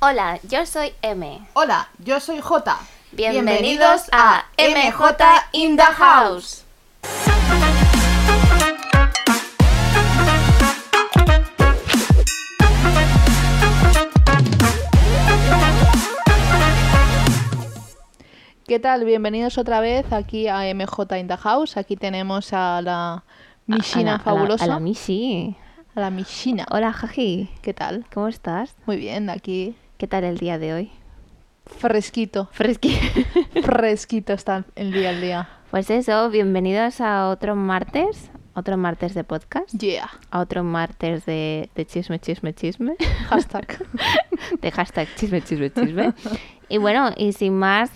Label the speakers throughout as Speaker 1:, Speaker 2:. Speaker 1: Hola, yo soy M.
Speaker 2: Hola, yo soy J.
Speaker 1: Bienvenidos a MJ in the House.
Speaker 3: ¿Qué tal? Bienvenidos otra vez aquí a MJ in the House. Aquí tenemos a la Mishina
Speaker 1: a la-
Speaker 3: fabulosa.
Speaker 1: A la, a la Mishi.
Speaker 3: a la Mishina.
Speaker 1: Hola, Jaji.
Speaker 3: ¿Qué tal?
Speaker 1: ¿Cómo estás?
Speaker 3: Muy bien, aquí
Speaker 1: ¿Qué tal el día de hoy?
Speaker 3: fresquito.
Speaker 1: Fresqui.
Speaker 3: Fresquito está el día al día.
Speaker 1: Pues eso, bienvenidos a otro martes. Otro martes de podcast.
Speaker 3: Yeah.
Speaker 1: A otro martes de, de chisme, chisme, chisme.
Speaker 3: Hashtag.
Speaker 1: de hashtag chisme, chisme, chisme. Y bueno, y sin más,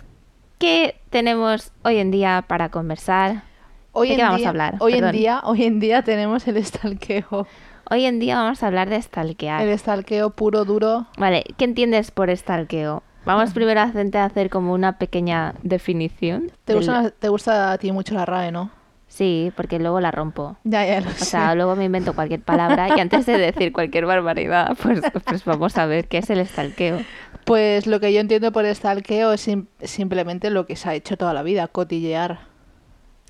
Speaker 1: ¿qué tenemos hoy en día para conversar?
Speaker 3: Hoy
Speaker 1: ¿De qué
Speaker 3: en
Speaker 1: vamos a
Speaker 3: día-
Speaker 1: hablar?
Speaker 3: Hoy en,
Speaker 1: Perdón.
Speaker 3: día, hoy en día tenemos el stalkeo.
Speaker 1: Hoy en día vamos a hablar de stalkear.
Speaker 3: El stalkeo puro, duro.
Speaker 1: Vale, ¿qué entiendes por stalkeo? Vamos primero a hacerte hacer como una pequeña definición.
Speaker 3: ¿Te,
Speaker 1: del-
Speaker 3: gusta, te gusta a ti mucho la RAE, ¿no?
Speaker 1: Sí, porque luego la rompo.
Speaker 3: Ya, ya lo
Speaker 1: O sea, luego me invento cualquier palabra y antes de decir cualquier barbaridad, pues, pues vamos a ver qué es el stalkeo.
Speaker 3: Pues lo que yo entiendo por stalkeo es sim- simplemente lo que se ha hecho toda la vida, cotillear.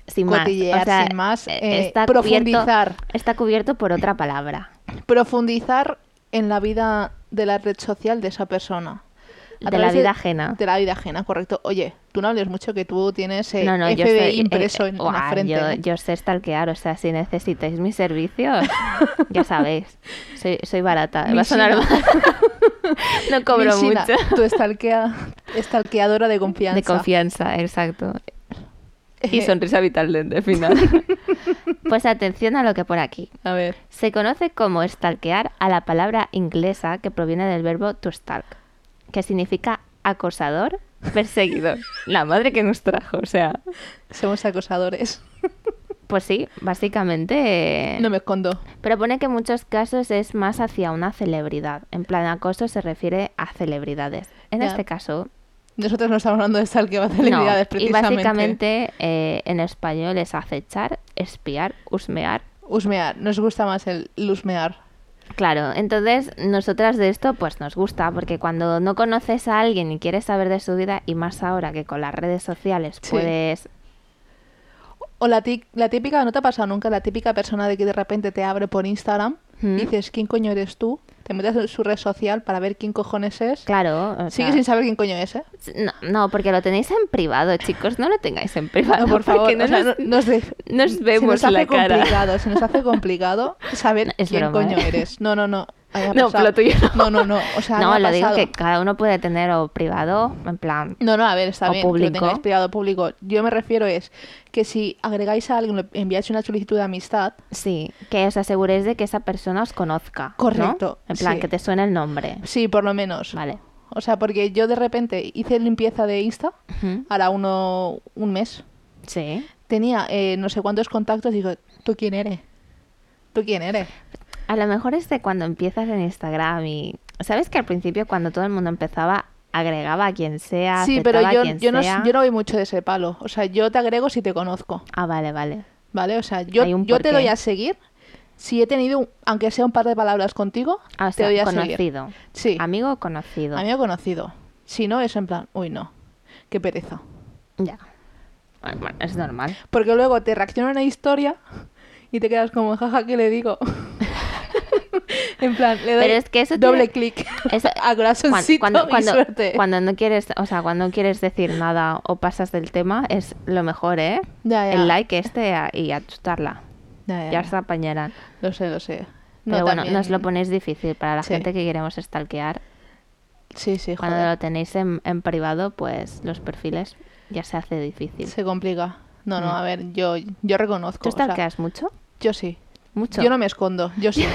Speaker 1: Sin más.
Speaker 3: Cotillear,
Speaker 1: o sea,
Speaker 3: sin más,
Speaker 1: eh,
Speaker 3: eh,
Speaker 1: está
Speaker 3: profundizar.
Speaker 1: Cubierto, está cubierto por otra palabra.
Speaker 3: Profundizar en la vida de la red social de esa persona.
Speaker 1: De la
Speaker 3: través
Speaker 1: vida ajena.
Speaker 3: De la vida ajena, correcto. Oye, tú no hables mucho que tú tienes eh,
Speaker 1: no, no, yo
Speaker 3: FBI
Speaker 1: soy, eh,
Speaker 3: impreso en
Speaker 1: guau,
Speaker 3: la frente. ¿eh?
Speaker 1: Yo,
Speaker 3: ¿no?
Speaker 1: yo sé stalkear, o sea, si necesitáis mis servicios, ya sabéis. Soy, soy barata. Va a sonar
Speaker 3: Mishina.
Speaker 1: mal. no cobro
Speaker 3: Mishina,
Speaker 1: mucho.
Speaker 3: Tu stalkea, stalkeadora de confianza.
Speaker 1: De confianza, exacto. Y
Speaker 3: Eh,
Speaker 1: sonrisa vital de final. pues atención a lo que por aquí.
Speaker 3: A ver.
Speaker 1: Se conoce como stalkear a la palabra inglesa que proviene del verbo to stalk, que significa acosador, perseguidor. la madre que nos trajo, o sea.
Speaker 3: Somos acosadores.
Speaker 1: Pues sí, básicamente. eh,
Speaker 3: No me escondo.
Speaker 1: Pero pone que en muchos casos es más hacia una celebridad. En plan, acoso se refiere a celebridades. En
Speaker 3: Ya.
Speaker 1: este caso,
Speaker 3: Nosotros no estamos hablando de stalkeo de
Speaker 1: no.
Speaker 3: celebridades,
Speaker 1: Y
Speaker 3: precisamente.
Speaker 1: básicamente eh, en español es acechar, espiar, husmear.
Speaker 3: Husmear. Nos gusta más el husmear.
Speaker 1: Claro, entonces nosotras de esto pues nos gusta, porque cuando no conoces a alguien y quieres saber de su vida, y más ahora que con las redes sociales
Speaker 3: Sí.
Speaker 1: puedes...
Speaker 3: O la, ti- la típica, ¿no te ha pasado nunca? La típica persona de que de repente te abre por Instagram
Speaker 1: ¿Mm?
Speaker 3: y dices, ¿quién coño eres tú? Te metes en su red social para ver quién cojones es.
Speaker 1: Claro. o
Speaker 3: Sigue
Speaker 1: sea,
Speaker 3: sin saber quién coño es, ¿eh?
Speaker 1: No, no, porque lo tenéis en privado, chicos. No lo tengáis en privado.
Speaker 3: No, por
Speaker 1: porque
Speaker 3: favor.
Speaker 1: no
Speaker 3: o sea,
Speaker 1: nos,
Speaker 3: no- nos de-
Speaker 1: nos
Speaker 3: se
Speaker 1: vemos
Speaker 3: nos hace
Speaker 1: la cara.
Speaker 3: complicado, se nos hace complicado saber
Speaker 1: No, es
Speaker 3: quién
Speaker 1: broma,
Speaker 3: coño
Speaker 1: ¿eh?
Speaker 3: eres. No, no, no. a mí me ha
Speaker 1: No,
Speaker 3: pasado.
Speaker 1: pero tú y yo no.
Speaker 3: No, no, no. O sea,
Speaker 1: no,
Speaker 3: me ha
Speaker 1: lo digo
Speaker 3: pasado.
Speaker 1: que cada uno puede tener o privado, en plan.
Speaker 3: No, no, a ver, está
Speaker 1: O
Speaker 3: bien. que
Speaker 1: público.
Speaker 3: Lo tengáis privado o público. Yo me refiero es que si agregáis a alguien, le enviáis una solicitud de amistad,
Speaker 1: Sí, que os aseguréis de que esa persona os conozca. ¿no?
Speaker 3: Correcto,
Speaker 1: En plan,
Speaker 3: sí.
Speaker 1: que te suene el nombre.
Speaker 3: sí, por lo menos.
Speaker 1: Vale.
Speaker 3: O sea, porque yo de repente hice limpieza de Insta,
Speaker 1: Ujú.
Speaker 3: hará uno, un mes.
Speaker 1: Sí.
Speaker 3: Tenía eh, no sé cuántos contactos y digo, ¿tú quién eres? ¿Tú quién eres?
Speaker 1: A lo mejor es de cuando empiezas en Instagram y. ¿Sabes que al principio, cuando todo el mundo empezaba, agregaba a quien sea?
Speaker 3: sí, pero
Speaker 1: aceptaba a
Speaker 3: yo,
Speaker 1: quien
Speaker 3: yo, no,
Speaker 1: sea?
Speaker 3: yo no voy mucho de ese palo. O sea, yo te agrego si te conozco,
Speaker 1: Ah, vale, vale.
Speaker 3: ¿vale? O sea, yo,
Speaker 1: Hay un
Speaker 3: yo te
Speaker 1: porqué.
Speaker 3: doy a seguir. Si he tenido, un- aunque sea un par de palabras contigo,
Speaker 1: Ah, o
Speaker 3: te
Speaker 1: sea,
Speaker 3: doy a seguir.
Speaker 1: conocido.
Speaker 3: Sí,
Speaker 1: Amigo conocido.
Speaker 3: amigo conocido. Si no, es en plan, uy, no, qué pereza.
Speaker 1: Ya. Bueno, bueno, es normal.
Speaker 3: Porque luego te reacciona una historia y te quedas como, jaja, ¿qué le digo? en plan, le doy
Speaker 1: Pero es que eso
Speaker 3: doble
Speaker 1: tiene-
Speaker 3: clic
Speaker 1: Eso-
Speaker 3: a
Speaker 1: Cuan-
Speaker 3: corazoncito
Speaker 1: cuando,
Speaker 3: y
Speaker 1: cuando-
Speaker 3: suerte.
Speaker 1: cuando no quieres, o sea, cuando quieres decir nada o pasas del tema, es lo mejor, ¿eh?
Speaker 3: Ya, ya.
Speaker 1: El like este a- y a chutarla.
Speaker 3: Ya,
Speaker 1: Ya
Speaker 3: ya,
Speaker 1: se apañarán.
Speaker 3: Lo sé, lo sé. No,
Speaker 1: Pero bueno,
Speaker 3: también-
Speaker 1: nos lo ponéis difícil para la
Speaker 3: Sí.
Speaker 1: gente que queremos stalkear.
Speaker 3: Sí, sí,
Speaker 1: Cuando
Speaker 3: joder.
Speaker 1: lo tenéis en, en privado, pues los perfiles ya se hace difícil.
Speaker 3: Se complica. No, no,
Speaker 1: Mm.
Speaker 3: a ver, yo, yo reconozco.
Speaker 1: ¿Tú
Speaker 3: o sea,
Speaker 1: stalkeas mucho?
Speaker 3: yo sí.
Speaker 1: Mucho.
Speaker 3: Yo no me escondo, yo sí.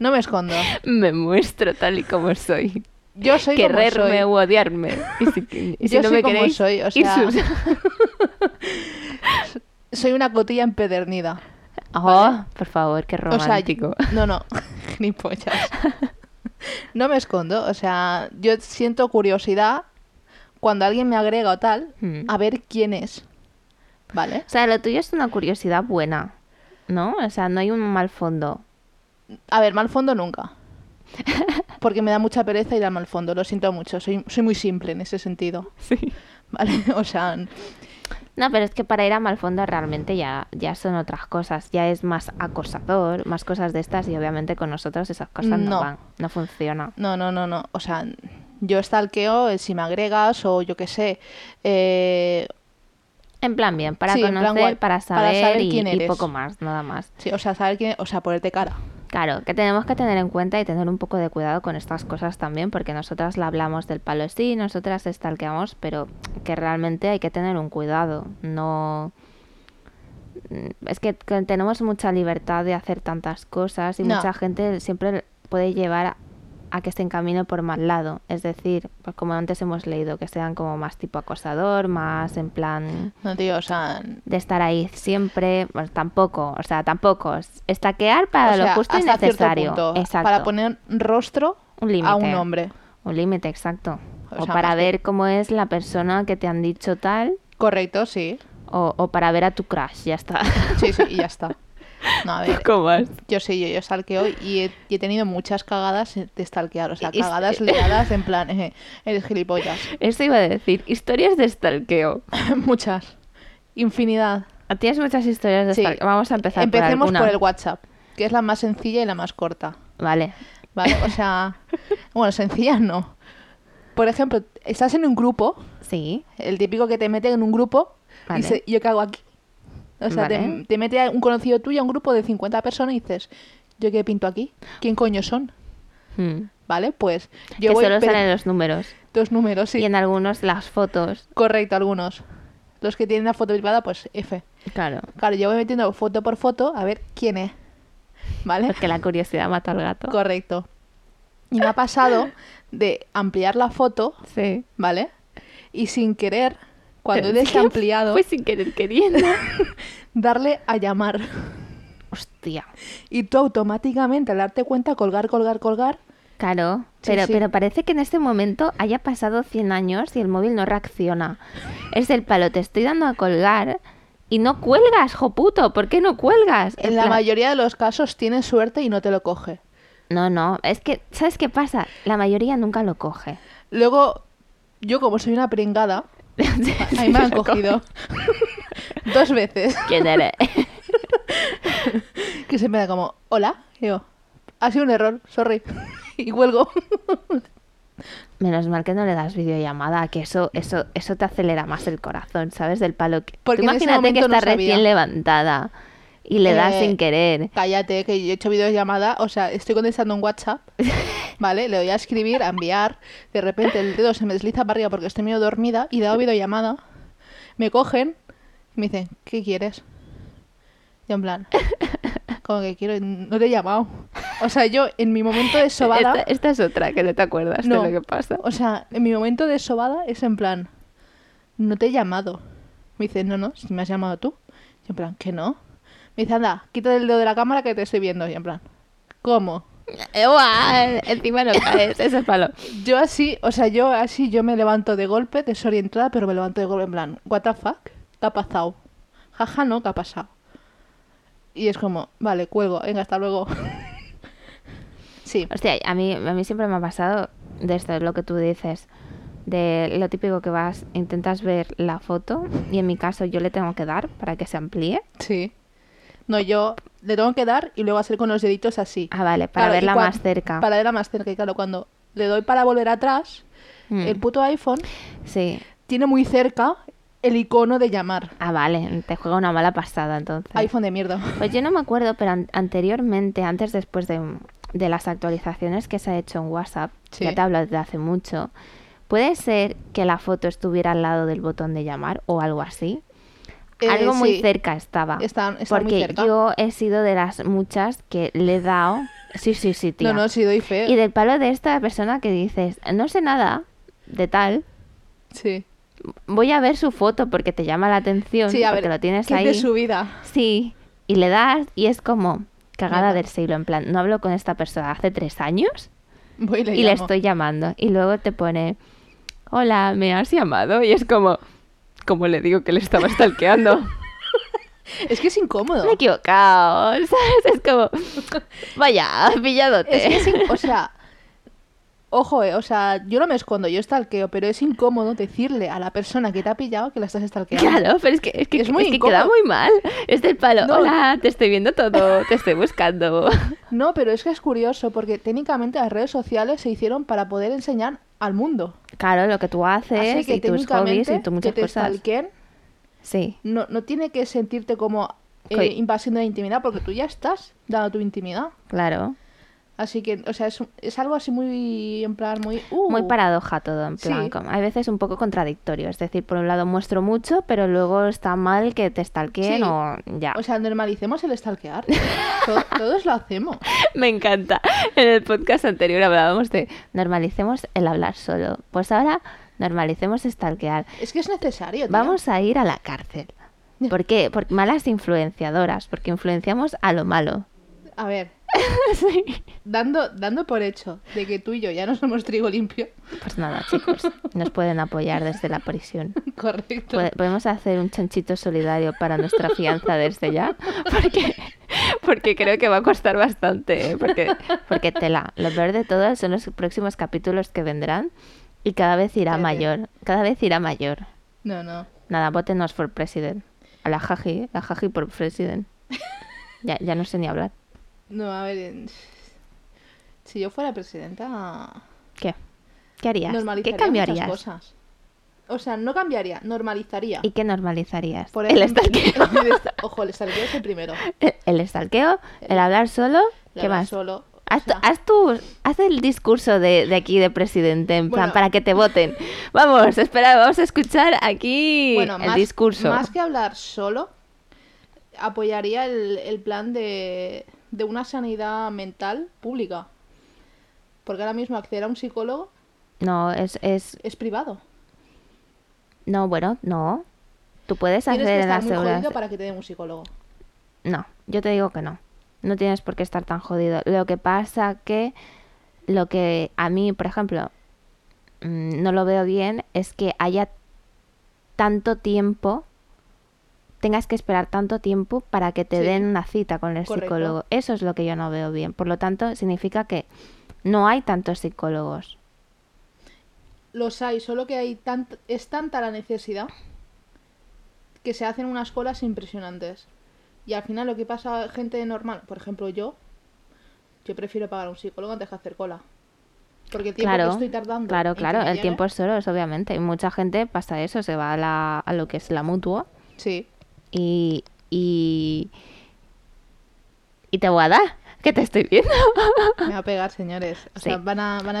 Speaker 3: No me escondo.
Speaker 1: me muestro tal y como soy.
Speaker 3: Yo soy como soy.
Speaker 1: Quererme o odiarme. Y si, y si
Speaker 3: Yo
Speaker 1: no
Speaker 3: soy
Speaker 1: me
Speaker 3: como
Speaker 1: queréis,
Speaker 3: soy, o
Speaker 1: irsus.
Speaker 3: Soy una cotilla empedernida.
Speaker 1: Oh, por favor, qué romántico.
Speaker 3: O sea, no, no, ni pollas. No me escondo, o sea, yo siento curiosidad cuando alguien me agrega o tal,
Speaker 1: Mm.
Speaker 3: a ver quién es. ¿Vale?
Speaker 1: O sea, lo tuyo es una curiosidad buena, ¿no? O sea, no hay un mal fondo.
Speaker 3: A ver, mal fondo nunca. porque me da mucha pereza y darme al fondo. Lo siento mucho, soy, soy muy simple en ese sentido.
Speaker 1: Sí.
Speaker 3: ¿Vale? O sea, n-
Speaker 1: No, pero es que para ir a mal fondo realmente ya, ya son otras cosas. Ya es más acosador, más cosas de estas y obviamente con nosotros esas cosas no,
Speaker 3: No.
Speaker 1: van, no funciona.
Speaker 3: no, no, no, no. O sea, n- yo stalkeo eh, si me agregas o yo qué sé. eh,
Speaker 1: En plan bien, para
Speaker 3: Sí, en plan
Speaker 1: conocer,
Speaker 3: guay,
Speaker 1: para
Speaker 3: para
Speaker 1: saber,
Speaker 3: saber
Speaker 1: y,
Speaker 3: quién
Speaker 1: y
Speaker 3: eres.
Speaker 1: poco más, nada más.
Speaker 3: sí, o sea, saber quién, o sea, ponerte cara.
Speaker 1: Claro, que tenemos que tener en cuenta y tener un poco de cuidado con estas cosas también, porque nosotras la hablamos del palo sí, nosotras estalqueamos, pero que realmente hay que tener un cuidado, no... Mm, Es que que tenemos mucha libertad de hacer tantas cosas y
Speaker 3: No.
Speaker 1: mucha gente siempre puede llevar a, a que se encamine por mal lado, es decir, pues como antes hemos leído, que sean como más tipo acosador, más en plan
Speaker 3: No, tío, o sea, n-
Speaker 1: de estar ahí siempre, pues tampoco, o sea, tampoco. es Estaquear para
Speaker 3: o
Speaker 1: lo
Speaker 3: sea,
Speaker 1: justo y
Speaker 3: hasta cierto
Speaker 1: necesario.
Speaker 3: punto,
Speaker 1: exacto.
Speaker 3: Para poner rostro
Speaker 1: Un límite.
Speaker 3: a un hombre.
Speaker 1: Un límite, exacto.
Speaker 3: O
Speaker 1: O,
Speaker 3: sea,
Speaker 1: para
Speaker 3: más que-
Speaker 1: ver cómo es la persona que te han dicho tal,
Speaker 3: Correcto, sí.
Speaker 1: o, o para ver a tu crush, ya está.
Speaker 3: Sí, sí, y ya está. No, a ver,
Speaker 1: Poco más.
Speaker 3: Yo sí, yo, yo stalkeo y he, y he tenido muchas cagadas de stalkear, o sea,
Speaker 1: Y- y-
Speaker 3: cagadas leadas en plan, eh, eres gilipollas.
Speaker 1: Eso iba a decir, historias de stalkeo.
Speaker 3: muchas. Infinidad.
Speaker 1: Tienes muchas historias de
Speaker 3: Sí.
Speaker 1: stalkeo. Vamos a empezar
Speaker 3: Empecemos
Speaker 1: por,
Speaker 3: por,
Speaker 1: alguna.
Speaker 3: el WhatsApp, que es la más sencilla y la más corta,
Speaker 1: Vale.
Speaker 3: ¿vale? O sea, bueno, sencilla no. Por ejemplo, estás en un grupo,
Speaker 1: Sí.
Speaker 3: el típico que te mete en un grupo
Speaker 1: Vale.
Speaker 3: y dice, ¿yo qué hago aquí? O sea, te-
Speaker 1: Vale.
Speaker 3: te, mete a un conocido tuyo a un grupo de 50 personas y dices, ¿yo qué pinto aquí? ¿Quién coño son?
Speaker 1: Hmm.
Speaker 3: ¿Vale? Pues yo
Speaker 1: Que
Speaker 3: voy
Speaker 1: solo
Speaker 3: pe-
Speaker 1: salen los números.
Speaker 3: dos números, sí.
Speaker 1: Y en algunos las fotos.
Speaker 3: Correcto, algunos. Los que tienen la foto privada, pues F.
Speaker 1: Claro.
Speaker 3: Claro, yo voy metiendo foto por foto a ver quién es. ¿Vale?
Speaker 1: Porque la curiosidad mata al gato.
Speaker 3: Correcto. Y me ha pasado de ampliar la foto,
Speaker 1: Sí.
Speaker 3: ¿vale? Y sin querer, cuando he
Speaker 1: Pero es que
Speaker 3: desampliado,
Speaker 1: Fue sin querer queriendo.
Speaker 3: darle a llamar.
Speaker 1: Hostia.
Speaker 3: Y tú automáticamente, al darte cuenta, colgar, colgar, colgar.
Speaker 1: Claro,
Speaker 3: Sí,
Speaker 1: pero,
Speaker 3: sí.
Speaker 1: pero parece que en este momento haya pasado 100 años y el móvil no reacciona. Es del palo, te estoy dando a colgar y no cuelgas, joputo, ¿por qué no cuelgas? En
Speaker 3: En la
Speaker 1: plan-
Speaker 3: mayoría de los casos tienes suerte y no te lo coge.
Speaker 1: No, no, es que, ¿sabes qué pasa? La mayoría nunca lo coge.
Speaker 3: Luego, yo como soy una pringada, a mí me han
Speaker 1: Lo coge.
Speaker 3: cogido dos veces.
Speaker 1: ¿Quién eres?
Speaker 3: que se me da como, hola, y yo, ha sido un error, sorry, y cuelgo.
Speaker 1: Menos mal que no le das videollamada, que eso, eso, eso te acelera más el corazón, ¿sabes? Del palo que... tú
Speaker 3: Porque en ese
Speaker 1: imagínate que
Speaker 3: momento no
Speaker 1: estás
Speaker 3: sabía.
Speaker 1: recién levantada y le das
Speaker 3: Eh,
Speaker 1: sin querer.
Speaker 3: Cállate, que yo he hecho videollamada, o sea, estoy contestando un WhatsApp, ¿vale? Le doy a escribir, a enviar, de repente el dedo se me desliza para arriba porque estoy medio dormida y he dado videollamada, me cogen y me dicen, ¿qué quieres? Yo en plan, como que quiero, no te he llamado. O sea, yo en mi momento de sobada...
Speaker 1: Esta, esta es otra, que no te acuerdas de lo que pasa.
Speaker 3: O sea, en mi momento de sobada es en plan, no te he llamado. Me dice, no, no, si me has llamado tú. Y en plan, que no. Me dice, anda, quítate el dedo de la cámara que te estoy viendo. Y en plan, ¿cómo? Eh,
Speaker 1: Igual, encima no caes, ese es palo.
Speaker 3: Yo así, o sea, yo así, yo me levanto de golpe, desorientada, pero me levanto de golpe en plan, what the fuck, ¿qué ha pasado? Jaja, no, ¿qué ha pasado? Y es como, vale, cuelgo, venga, hasta luego. sí,
Speaker 1: Hostia, a mí, a mí siempre me ha pasado de esto, es lo que tú dices, de lo típico que vas, intentas ver la foto y en mi caso yo le tengo que dar para que se amplíe.
Speaker 3: sí. No, yo le tengo que dar y luego hacer con los deditos así.
Speaker 1: Ah, vale, para
Speaker 3: Claro, y
Speaker 1: verla
Speaker 3: cuan-
Speaker 1: más cerca.
Speaker 3: Para verla más cerca, y claro, cuando le doy para volver atrás,
Speaker 1: Mm,
Speaker 3: el puto iPhone
Speaker 1: Sí.
Speaker 3: tiene muy cerca el icono de llamar.
Speaker 1: Ah, vale, te juega una mala pasada entonces.
Speaker 3: iPhone de mierda.
Speaker 1: Pues yo no me acuerdo, pero an- anteriormente, antes después de, de las actualizaciones que se ha hecho en WhatsApp,
Speaker 3: Sí.
Speaker 1: ya te hablo de hace mucho, puede ser que la foto estuviera al lado del botón de llamar o algo así.
Speaker 3: Eh,
Speaker 1: algo muy
Speaker 3: sí.
Speaker 1: cerca estaba.
Speaker 3: Está- está muy
Speaker 1: porque
Speaker 3: cerca.
Speaker 1: yo he sido de las muchas que le he dado. Sí, sí, sí, tía.
Speaker 3: No, no, sí doy fe.
Speaker 1: Y del palo de esta persona que dices, no sé nada de tal,
Speaker 3: Sí.
Speaker 1: voy a ver su foto porque te llama la atención,
Speaker 3: Sí, a
Speaker 1: porque
Speaker 3: ver,
Speaker 1: lo tienes
Speaker 3: ¿qué es
Speaker 1: ahí.
Speaker 3: de su vida?
Speaker 1: Sí, y le das y es como cagada
Speaker 3: Mierda.
Speaker 1: del siglo, en plan, no hablo con esta persona hace tres años
Speaker 3: Voy y le
Speaker 1: y le
Speaker 3: llamo.
Speaker 1: estoy llamando y luego te pone, hola, ¿me has llamado? Y es como, como le digo que le estaba stalkeando?
Speaker 3: Es que es incómodo.
Speaker 1: Me he equivocado, ¿sabes? Es como, vaya, has
Speaker 3: Es
Speaker 1: pilladote.
Speaker 3: que es in- O sea, Ojo, eh, o sea, yo no me escondo, yo stalkeo, pero es incómodo decirle a la persona que te ha pillado que la estás stalkeando.
Speaker 1: Claro, pero es que, es que,
Speaker 3: Es muy
Speaker 1: es que
Speaker 3: incómodo.
Speaker 1: queda muy mal. Es del palo.
Speaker 3: No.
Speaker 1: Hola, te estoy viendo todo, te estoy buscando.
Speaker 3: No, pero es que es curioso porque técnicamente las redes sociales se hicieron para poder enseñar al mundo.
Speaker 1: Claro, lo que tú haces
Speaker 3: Así que
Speaker 1: y tus hobbies y
Speaker 3: técnicamente
Speaker 1: tu
Speaker 3: que
Speaker 1: muchas
Speaker 3: te
Speaker 1: cosas.
Speaker 3: stalkeen
Speaker 1: Sí,
Speaker 3: no, no tiene que sentirte como eh,
Speaker 1: Ok.
Speaker 3: invasión de la intimidad porque tú ya estás dando tu intimidad.
Speaker 1: claro.
Speaker 3: Así que, o sea, es, un- es algo así muy, en plan, muy... uh,
Speaker 1: Muy paradoja todo, en plan,
Speaker 3: Sí.
Speaker 1: como- hay veces un poco contradictorio. Es decir, por un lado muestro mucho, pero luego está mal que te stalkeen
Speaker 3: Sí.
Speaker 1: o ya.
Speaker 3: O sea, normalicemos el stalkear. To- todos lo hacemos.
Speaker 1: Me encanta. En el podcast anterior hablábamos de normalicemos el hablar solo. Pues ahora normalicemos stalkear.
Speaker 3: Es que es necesario, tío.
Speaker 1: Vamos a ir a la cárcel. ¿Por qué? Por malas influenciadoras, porque influenciamos a lo malo.
Speaker 3: A ver,
Speaker 1: Sí.
Speaker 3: dando, dando por hecho de que tú y yo ya no somos trigo limpio,
Speaker 1: Pues nada, chicos, nos pueden apoyar desde la prisión.
Speaker 3: correcto.
Speaker 1: Pode- Podemos hacer un chanchito solidario para nuestra fianza desde ya, porque, porque creo que va a costar bastante, ¿eh? porque, porque tela. Lo peor de todo son los próximos capítulos que vendrán y cada vez irá
Speaker 3: Cállate.
Speaker 1: mayor, cada vez irá mayor.
Speaker 3: No, no.
Speaker 1: Nada, votenos for president. A la Jaji, ¿eh? la Jaji por president. Ya, ya no sé ni hablar.
Speaker 3: No, a ver. en- Si yo fuera presidenta,
Speaker 1: ¿Qué? ¿Qué harías? ¿Qué
Speaker 3: normalizaría muchas
Speaker 1: cambiarías?
Speaker 3: cosas. O sea, no cambiaría, normalizaría.
Speaker 1: ¿Y qué normalizarías?
Speaker 3: Por
Speaker 1: el
Speaker 3: ejemplo,
Speaker 1: stalkeo.
Speaker 3: el esta- ojo, el stalkeo es el primero.
Speaker 1: El, el stalkeo, el hablar solo,
Speaker 3: La
Speaker 1: ¿qué
Speaker 3: verdad,
Speaker 1: más?
Speaker 3: Solo. o
Speaker 1: Haz, tu-
Speaker 3: sea,
Speaker 1: haz tu- haz el discurso de, de aquí de presidente, en plan,
Speaker 3: Bueno.
Speaker 1: para que te voten. Vamos, espera, vamos a escuchar aquí
Speaker 3: bueno,
Speaker 1: el
Speaker 3: más,
Speaker 1: discurso.
Speaker 3: más que hablar solo, apoyaría el, el plan de, de una sanidad mental pública. Porque ahora mismo acceder a un psicólogo
Speaker 1: No, es, es...
Speaker 3: es privado.
Speaker 1: No, bueno, no. Tú puedes
Speaker 3: Tienes que
Speaker 1: hacer la
Speaker 3: estar muy jodido
Speaker 1: seguridad.
Speaker 3: para que te den un psicólogo.
Speaker 1: No, yo te digo que no. No tienes por qué estar tan jodido. Lo que pasa que lo que a mí, por ejemplo, mm, no lo veo bien es que haya tanto tiempo, tengas que esperar tanto tiempo para que te
Speaker 3: Sí.
Speaker 1: den una cita con el
Speaker 3: Correcto.
Speaker 1: psicólogo. Eso es lo que yo no veo bien. Por lo tanto, significa que no hay tantos psicólogos.
Speaker 3: Los hay, solo que hay tant- es tanta la necesidad que se hacen unas colas impresionantes. Y al final lo que pasa a gente normal, por ejemplo yo, yo prefiero pagar a un psicólogo antes que hacer cola. Porque el tiempo
Speaker 1: claro,
Speaker 3: que estoy tardando.
Speaker 1: claro,
Speaker 3: en que
Speaker 1: claro.
Speaker 3: me
Speaker 1: El
Speaker 3: llegue-
Speaker 1: tiempo es solo, es obviamente. Y mucha gente pasa eso, se va a, la- a lo que es la mutua.
Speaker 3: Sí.
Speaker 1: Y, y, y te voy a dar, que te estoy viendo.
Speaker 3: Me va a pegar, señores. O
Speaker 1: Sí.
Speaker 3: sea, van a, van a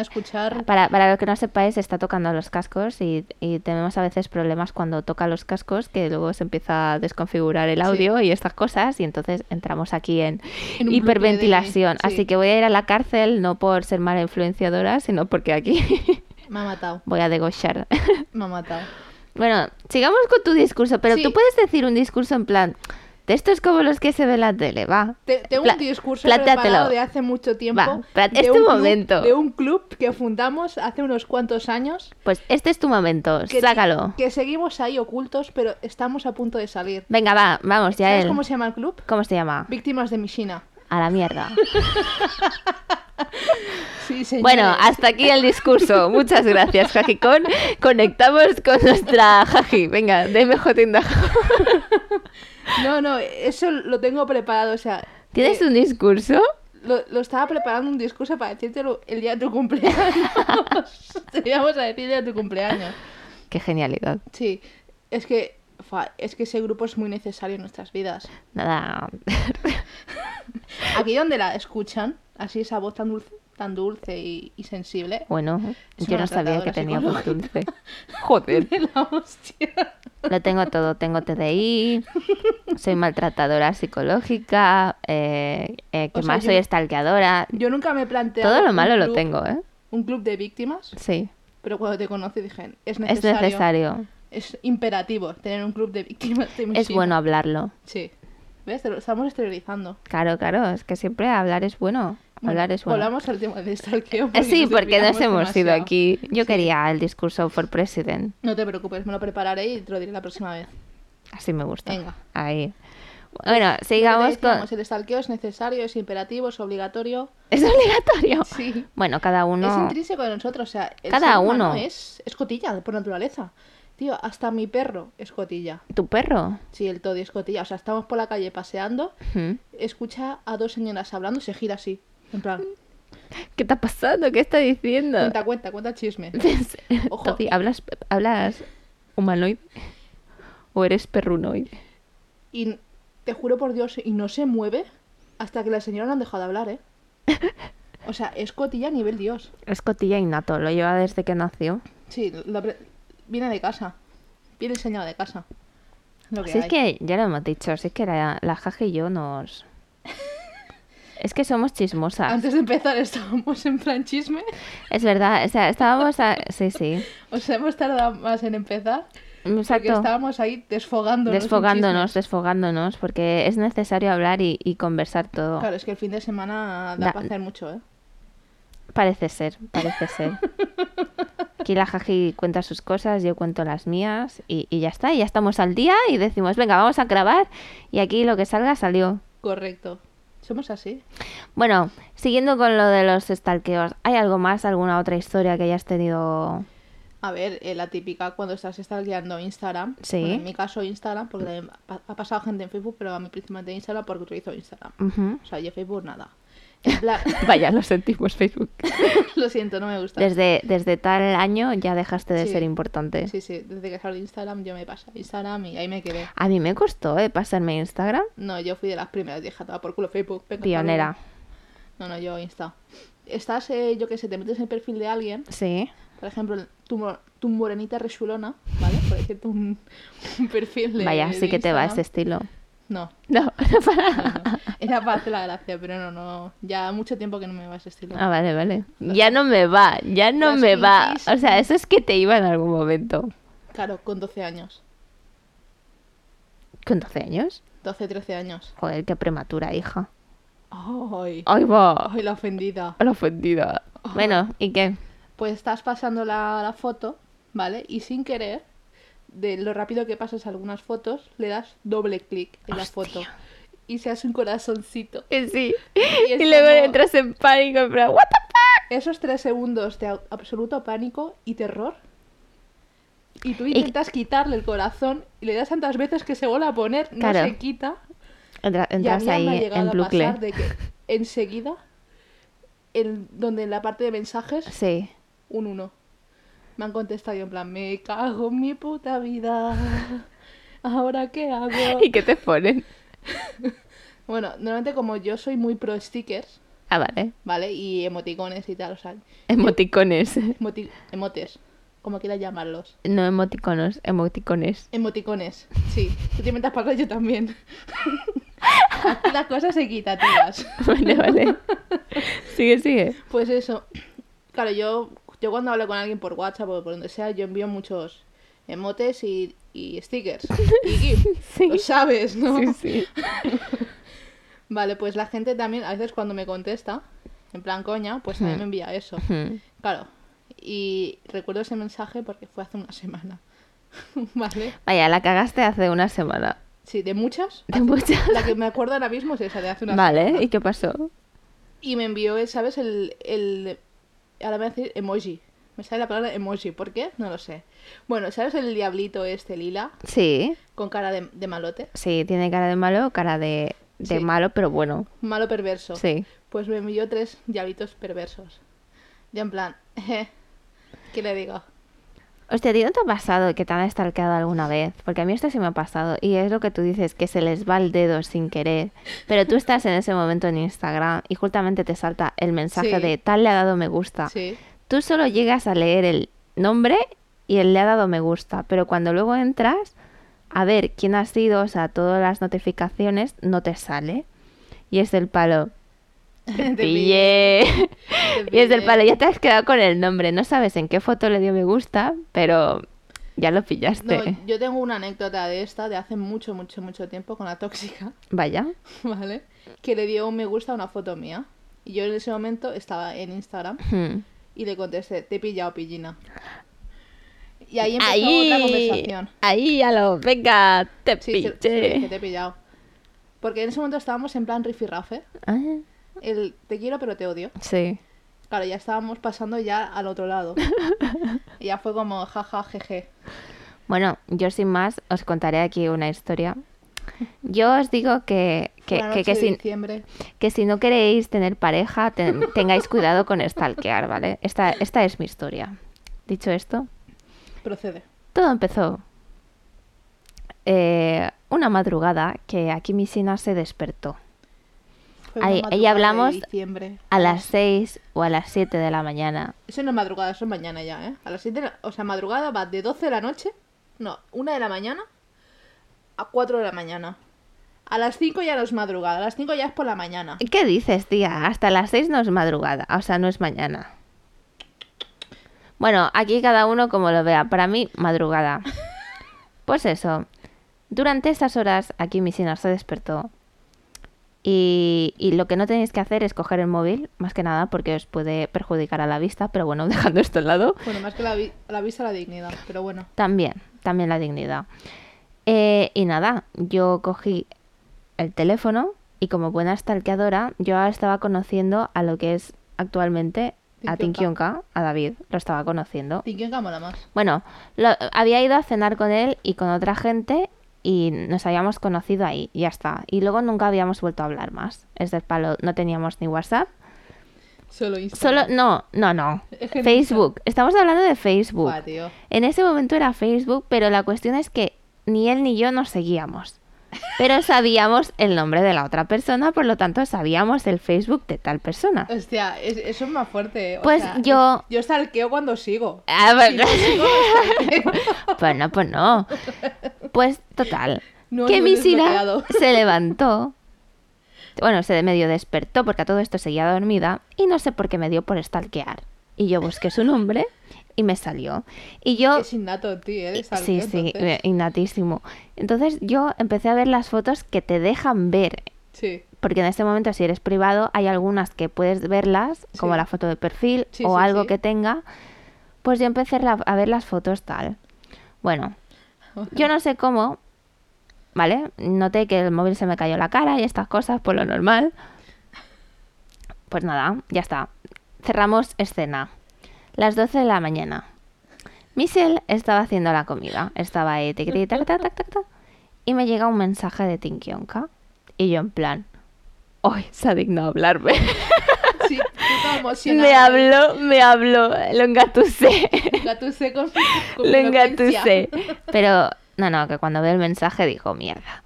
Speaker 3: escuchar.
Speaker 1: Para, para los que no sepáis, está tocando los cascos y, y tenemos a veces problemas cuando toca los cascos, que luego se empieza a desconfigurar el
Speaker 3: Sí.
Speaker 1: audio y estas cosas, y entonces entramos aquí en,
Speaker 3: En un bloque
Speaker 1: hiperventilación.
Speaker 3: de- sí.
Speaker 1: Así que voy a ir a la cárcel, no por ser mala influenciadora, sino porque aquí
Speaker 3: Me ha matado.
Speaker 1: voy a degollar.
Speaker 3: Me ha matado.
Speaker 1: Bueno, sigamos con tu discurso, pero
Speaker 3: Sí.
Speaker 1: tú puedes decir un discurso en plan, de estos como los que se ve en la tele, va.
Speaker 3: Te- tengo
Speaker 1: Pla-
Speaker 3: un discurso
Speaker 1: plántatelo.
Speaker 3: preparado de hace mucho tiempo.
Speaker 1: Va, pla-
Speaker 3: de
Speaker 1: es tu
Speaker 3: un club-
Speaker 1: momento.
Speaker 3: de un club que fundamos hace unos cuantos años.
Speaker 1: Pues este es tu momento,
Speaker 3: que-
Speaker 1: sácalo.
Speaker 3: Que seguimos ahí ocultos, pero estamos a punto de salir.
Speaker 1: Venga, va, vamos, ya
Speaker 3: ¿Sabes
Speaker 1: él.
Speaker 3: cómo se llama el club?
Speaker 1: ¿Cómo se llama?
Speaker 3: Víctimas de Mishina.
Speaker 1: A la mierda.
Speaker 3: Sí, señor.
Speaker 1: Bueno, hasta aquí el discurso. Muchas gracias, Jajicón. Conectamos con nuestra Jaji. Venga, DMJ Tienda.
Speaker 3: No, no, eso lo tengo preparado, o sea...
Speaker 1: ¿Tienes
Speaker 3: eh,
Speaker 1: un discurso?
Speaker 3: Lo, lo estaba preparando un discurso para decírtelo el día de tu cumpleaños. Te íbamos a decir el día de tu cumpleaños.
Speaker 1: Qué genialidad.
Speaker 3: Sí, es que... fa, es que ese grupo es muy necesario en nuestras vidas.
Speaker 1: Nada.
Speaker 3: Aquí donde la escuchan, así esa voz tan dulce, tan dulce y, y sensible.
Speaker 1: Bueno,
Speaker 3: Es
Speaker 1: yo
Speaker 3: una
Speaker 1: no sabía que
Speaker 3: tratadora
Speaker 1: tenía voz
Speaker 3: psicológica.
Speaker 1: dulce. Joder.
Speaker 3: De la hostia.
Speaker 1: Lo tengo todo. Tengo TDI, soy maltratadora psicológica, eh, eh, ¿qué
Speaker 3: O sea,
Speaker 1: más?
Speaker 3: yo-
Speaker 1: soy estalqueadora.
Speaker 3: Yo nunca me he planteado...
Speaker 1: Todo lo
Speaker 3: un
Speaker 1: malo lo
Speaker 3: club-
Speaker 1: tengo, ¿eh?
Speaker 3: Un club de víctimas,
Speaker 1: Sí.
Speaker 3: pero cuando te conocí dije, es
Speaker 1: Es
Speaker 3: necesario.
Speaker 1: necesario.
Speaker 3: Es imperativo tener un club de víctimas de
Speaker 1: Es
Speaker 3: homicidio.
Speaker 1: bueno hablarlo.
Speaker 3: Sí. ¿Ves? Te lo estamos exteriorizando.
Speaker 1: Claro, claro, es que siempre hablar es bueno. Hablar es bueno.
Speaker 3: Volvamos al tema de stalkeo.
Speaker 1: Eh, sí,
Speaker 3: nos
Speaker 1: porque nos
Speaker 3: desviamos
Speaker 1: hemos ido
Speaker 3: demasiado.
Speaker 1: aquí. Yo quería el discurso for president.
Speaker 3: No te preocupes, me lo prepararé y te lo diré la próxima vez.
Speaker 1: Así me gusta.
Speaker 3: Venga.
Speaker 1: Ahí. Bueno, sigamos
Speaker 3: Lo que
Speaker 1: con...
Speaker 3: decíamos, El stalkeo es necesario, es imperativo, es obligatorio.
Speaker 1: Es obligatorio.
Speaker 3: Sí.
Speaker 1: Bueno, cada
Speaker 3: Es
Speaker 1: uno...
Speaker 3: intrínseco de nosotros, o sea, el
Speaker 1: Cada
Speaker 3: ser humano
Speaker 1: uno.
Speaker 3: es, es cotilla por naturaleza. Tío, hasta mi perro es cotilla.
Speaker 1: ¿Tu perro?
Speaker 3: Sí, el Toddy es cotilla. O sea, estamos por la calle paseando,
Speaker 1: Ujú.
Speaker 3: escucha a dos señoras hablando, se gira así. En plan,
Speaker 1: Ah. ¿Qué está pasando? ¿Qué está diciendo?
Speaker 3: cuenta, cuenta, cuenta el chisme. Ojo.
Speaker 1: Toti, ¿hablas, ¿hablas humanoide? ¿O eres perrunoide?
Speaker 3: Y te juro por Dios, y no se mueve hasta que la señora no han dejado de hablar, ¿eh? O sea, es cotilla a nivel Dios.
Speaker 1: Es cotilla innato, lo lleva desde que nació.
Speaker 3: Sí, lo apre- viene de casa. Viene enseñado de casa. Lo que
Speaker 1: Si Pues es
Speaker 3: hay.
Speaker 1: que ya lo hemos dicho, si es que la, la Jaje y yo nos... Es que somos chismosas.
Speaker 3: Antes de empezar estábamos en plan chisme.
Speaker 1: Es verdad, o sea, estábamos... a- Sí, sí.
Speaker 3: O sea, hemos tardado más en empezar. Porque
Speaker 1: Exacto.
Speaker 3: estábamos ahí desfogándonos. en
Speaker 1: Desfogándonos,
Speaker 3: chismes.
Speaker 1: desfogándonos, porque es necesario hablar y, y conversar todo.
Speaker 3: Claro, es que el fin de semana da
Speaker 1: Da-
Speaker 3: para hacer mucho, ¿eh?
Speaker 1: Parece ser, parece ser. Aquí la Jaji cuenta sus cosas, yo cuento las mías y, y ya está, y ya estamos al día y decimos, venga, vamos a grabar y aquí lo que salga salió.
Speaker 3: Correcto. Somos así.
Speaker 1: Bueno, siguiendo con lo de los stalkeos, ¿hay algo más, alguna otra historia que hayas tenido?
Speaker 3: A ver, eh, la típica cuando estás stalkeando Instagram.
Speaker 1: Sí.
Speaker 3: Bueno, en mi caso Instagram, porque también pa- ha pasado gente en Facebook, pero a mí principalmente Instagram porque utilizo Instagram.
Speaker 1: Ujú.
Speaker 3: O sea, yo Facebook nada. En plan-
Speaker 1: Vaya, lo sentimos, Facebook.
Speaker 3: lo siento, no me gusta.
Speaker 1: Desde, desde tal año ya dejaste de
Speaker 3: Sí.
Speaker 1: ser importante.
Speaker 3: Sí, sí, desde que salí de Instagram yo me pasé a Instagram y ahí me quedé.
Speaker 1: A mí me costó eh, pasarme Instagram.
Speaker 3: No, yo fui de las primeras, dije, "A tomar por culo Facebook. venga, hasta
Speaker 1: Pionera.
Speaker 3: luego". No, no, yo Insta. Estás, eh, yo que sé, te metes en el perfil de alguien,
Speaker 1: Sí.
Speaker 3: por ejemplo, tu, mo- tu morenita resulona, ¿vale? Por decirte un, un perfil de
Speaker 1: Vaya,
Speaker 3: de
Speaker 1: sí que te va este
Speaker 3: Instagram.
Speaker 1: ese estilo.
Speaker 3: No,
Speaker 1: No, no para.
Speaker 3: no, no. Era para hacer la gracia, pero no, no. Ya mucho tiempo que no me va ese estilo.
Speaker 1: Ah, vale, vale. Ya no me va, ya no
Speaker 3: Las
Speaker 1: me va.
Speaker 3: pinkies.
Speaker 1: O sea, eso es que te iba en algún momento.
Speaker 3: Claro, con 12 años.
Speaker 1: ¿Con 12 años?
Speaker 3: 12, 13 años.
Speaker 1: Joder, qué prematura, hija.
Speaker 3: ¡Ay!
Speaker 1: ¡Ay, va!
Speaker 3: ¡Ay, la ofendida!
Speaker 1: La ofendida. Bueno, ¿y qué?
Speaker 3: Pues estás pasando la, la foto, ¿vale? Y sin querer, de lo rápido que pasas algunas fotos, le das doble clic en la
Speaker 1: Hostia.
Speaker 3: foto. Y se hace un corazoncito.
Speaker 1: Que sí.
Speaker 3: Eh, Y
Speaker 1: Y,
Speaker 3: es
Speaker 1: luego
Speaker 3: como-
Speaker 1: entras en pánico, en plan, ¿What the
Speaker 3: Esos tres segundos de au- absoluto pánico y terror. Y tú
Speaker 1: que-
Speaker 3: intentas quitarle el corazón y le das tantas veces que se vuelve a poner, no
Speaker 1: Claro.
Speaker 3: se quita.
Speaker 1: fuck? Entra-
Speaker 3: Y a
Speaker 1: entras
Speaker 3: mí me ha
Speaker 1: ahí
Speaker 3: llegado
Speaker 1: en
Speaker 3: a
Speaker 1: bucle.
Speaker 3: pasar de que enseguida, en, donde en la parte de mensajes,
Speaker 1: Sí.
Speaker 3: un uno. Me han contestado y en plan, me cago en mi puta vida. ¿Ahora qué hago?
Speaker 1: ¿Y qué te ponen?
Speaker 3: Bueno, normalmente como yo soy muy pro stickers,
Speaker 1: Ah, vale.
Speaker 3: ¿vale? Y emoticones y tal, o sea,
Speaker 1: Emoticones.
Speaker 3: emoti- emotes, como quieras llamarlos.
Speaker 1: No emoticonos, emoticones.
Speaker 3: Emoticones, sí. Tú te inventas palabras yo también. Aquí las cosas equitativas.
Speaker 1: Vale, vale. Sigue, sigue.
Speaker 3: Pues eso. Claro, yo, yo cuando hablo con alguien por WhatsApp o por donde sea, yo envío muchos emotes y, y stickers. Y GIF.
Speaker 1: Sí.
Speaker 3: Lo sabes, ¿no?
Speaker 1: Sí, sí.
Speaker 3: Vale, pues la gente también, a veces cuando me contesta, en plan coña, pues también
Speaker 1: Ujú.
Speaker 3: me envía eso.
Speaker 1: Ujú.
Speaker 3: Claro. Y recuerdo ese mensaje porque fue hace una semana. ¿Vale?
Speaker 1: Vaya, la cagaste hace una semana.
Speaker 3: Sí, de muchas.
Speaker 1: De muchas.
Speaker 3: La que me acuerdo ahora mismo es esa de hace una
Speaker 1: Vale,
Speaker 3: semana.
Speaker 1: ¿y qué pasó?
Speaker 3: Y me envió, ¿sabes? El, el... Ahora voy a decir emoji. Me sale la palabra emoji. ¿Por qué? No lo sé. Bueno, ¿sabes el diablito este lila?
Speaker 1: Sí,
Speaker 3: Con cara de, de malote.
Speaker 1: sí, tiene cara de malo o cara de, de
Speaker 3: Sí.
Speaker 1: malo, pero bueno.
Speaker 3: Malo perverso.
Speaker 1: Sí.
Speaker 3: Pues me envió tres diablitos perversos. Ya en plan, ¿qué le digo?
Speaker 1: Hostia, ¿a ti no te ha pasado que te han stalkeado alguna vez? Porque a mí esto sí me ha pasado. Y es lo que tú dices, que se les va el dedo sin querer. Pero tú estás en ese momento en Instagram y justamente te salta el mensaje
Speaker 3: Sí.
Speaker 1: de tal le ha dado me gusta.
Speaker 3: Sí.
Speaker 1: Tú solo llegas a leer el nombre y el le ha dado me gusta, pero cuando luego entras a ver quién ha sido, o sea, todas las notificaciones, no te sale. Y es del palo.
Speaker 3: Te pillé,
Speaker 1: Pillé.
Speaker 3: te
Speaker 1: y es del
Speaker 3: pillé.
Speaker 1: palo. Ya te has quedado con el nombre. No sabes en qué foto le dio me gusta, pero ya lo
Speaker 3: No,
Speaker 1: pillaste.
Speaker 3: yo tengo una anécdota de esta de hace mucho, mucho, mucho tiempo con la tóxica,
Speaker 1: Vaya.
Speaker 3: ¿vale? Que le dio un me gusta a una foto mía. Y yo en ese momento estaba en Instagram
Speaker 1: Hmm.
Speaker 3: y le contesté, te he pillado, pillina. Y ahí empezó otra
Speaker 1: Ahí.
Speaker 3: conversación.
Speaker 1: Ahí ya lo. Venga, te
Speaker 3: Sí, sí, sí,
Speaker 1: pillé.
Speaker 3: que te he pillado. Porque en ese momento estábamos en plan rifirrafe.
Speaker 1: Ah,
Speaker 3: El te quiero pero te odio.
Speaker 1: sí.
Speaker 3: Claro, ya estábamos pasando ya al otro lado. Y ya fue como jaja, jeje.
Speaker 1: Bueno, yo sin más os contaré aquí una historia. Yo os digo que, que,
Speaker 3: Una
Speaker 1: que, que
Speaker 3: noche de
Speaker 1: si,
Speaker 3: diciembre.
Speaker 1: que si no queréis tener pareja, ten- tengáis cuidado con stalkear, ¿vale? Esta, esta es mi historia. Dicho esto,
Speaker 3: Procede.
Speaker 1: todo empezó eh, una madrugada que aquí mi sina se despertó.
Speaker 3: Fue una
Speaker 1: Ahí- ahí
Speaker 3: madrugada
Speaker 1: hablamos
Speaker 3: de diciembre.
Speaker 1: A las 6 o a las 7 de la mañana.
Speaker 3: Eso no es madrugada, eso es mañana ya, ¿eh? A las 7, o sea, madrugada va de 12 de la noche, no, 1 de la mañana a 4 de la mañana. A las 5 ya no es madrugada, a las 5 ya es por la mañana.
Speaker 1: ¿Qué dices, tía? Hasta las 6 no es madrugada, o sea, no es mañana. Bueno, aquí cada uno como lo vea. Para mí, madrugada. Pues eso. Durante esas horas, aquí mi sina se despertó. Y, y lo que no tenéis que hacer es coger el móvil, más que nada, porque os puede perjudicar a la vista, pero bueno, dejando esto al lado.
Speaker 3: Bueno, más que la, vi- la vista, la dignidad, pero bueno.
Speaker 1: También, también la dignidad. Eh, y nada, yo cogí el teléfono y como buena stalkeadora, yo estaba conociendo a lo que es actualmente a
Speaker 3: Tinkyonka.
Speaker 1: Tinkyonka, a David, lo estaba conociendo.
Speaker 3: Tinkenka mola más.
Speaker 1: Bueno, lo- había ido a cenar con él y con otra gente y nos habíamos conocido ahí, ya está. Y luego nunca habíamos vuelto a hablar más. Es del palo, no teníamos ni WhatsApp.
Speaker 3: Solo Instagram.
Speaker 1: Solo, no, no, no.
Speaker 3: Es que no
Speaker 1: Facebook. Estamos hablando de Facebook.
Speaker 3: Buah, tío.
Speaker 1: En ese momento era Facebook, pero la cuestión es que ni él ni yo nos seguíamos. Pero sabíamos el nombre de la otra persona, por lo tanto sabíamos el Facebook de tal persona.
Speaker 3: Hostia, es- eso es más fuerte. eh, o
Speaker 1: Pues
Speaker 3: sea,
Speaker 1: yo-
Speaker 3: Yo stalkeo cuando sigo.
Speaker 1: Ah, bueno.
Speaker 3: Si no sigo, stalkeo.
Speaker 1: Pues no, pues no. Pues total.
Speaker 3: No,
Speaker 1: que
Speaker 3: no,
Speaker 1: mi
Speaker 3: desbloqueado.
Speaker 1: Sina se levantó. Bueno, se medio despertó porque a todo esto seguía dormida y no sé por qué me dio por stalkear. Y yo busqué su nombre y me salió. Y yo
Speaker 3: Es innato en ti, ¿eh? de
Speaker 1: Sí,
Speaker 3: stalkeo,
Speaker 1: sí,
Speaker 3: entonces.
Speaker 1: eh, innatísimo. Entonces yo empecé a ver las fotos que te dejan ver,
Speaker 3: Sí.
Speaker 1: porque en este momento si eres privado hay algunas que puedes verlas, como
Speaker 3: Sí.
Speaker 1: la foto de perfil
Speaker 3: Sí,
Speaker 1: o
Speaker 3: sí,
Speaker 1: algo
Speaker 3: sí.
Speaker 1: que tenga, pues yo empecé la- a ver las fotos tal. Bueno, yo no sé cómo, ¿vale? Noté que el móvil se me cayó la cara y estas cosas, por lo normal. Pues nada, ya está. Cerramos escena. Las 12 de la mañana. Michelle estaba haciendo la comida. Estaba ahí, tiquití, tac, tac, tac, tac, tac. Y me llega un mensaje de Tinkionka. Y yo en plan, hoy se ha dignado hablarme.
Speaker 3: Sí, puta emocionada.
Speaker 1: me habló, me habló, lo engatusé.
Speaker 3: Engatusé con, con
Speaker 1: Lo
Speaker 3: elocuencia.
Speaker 1: engatusé. Pero, no, no, que cuando veo el mensaje dijo, mierda.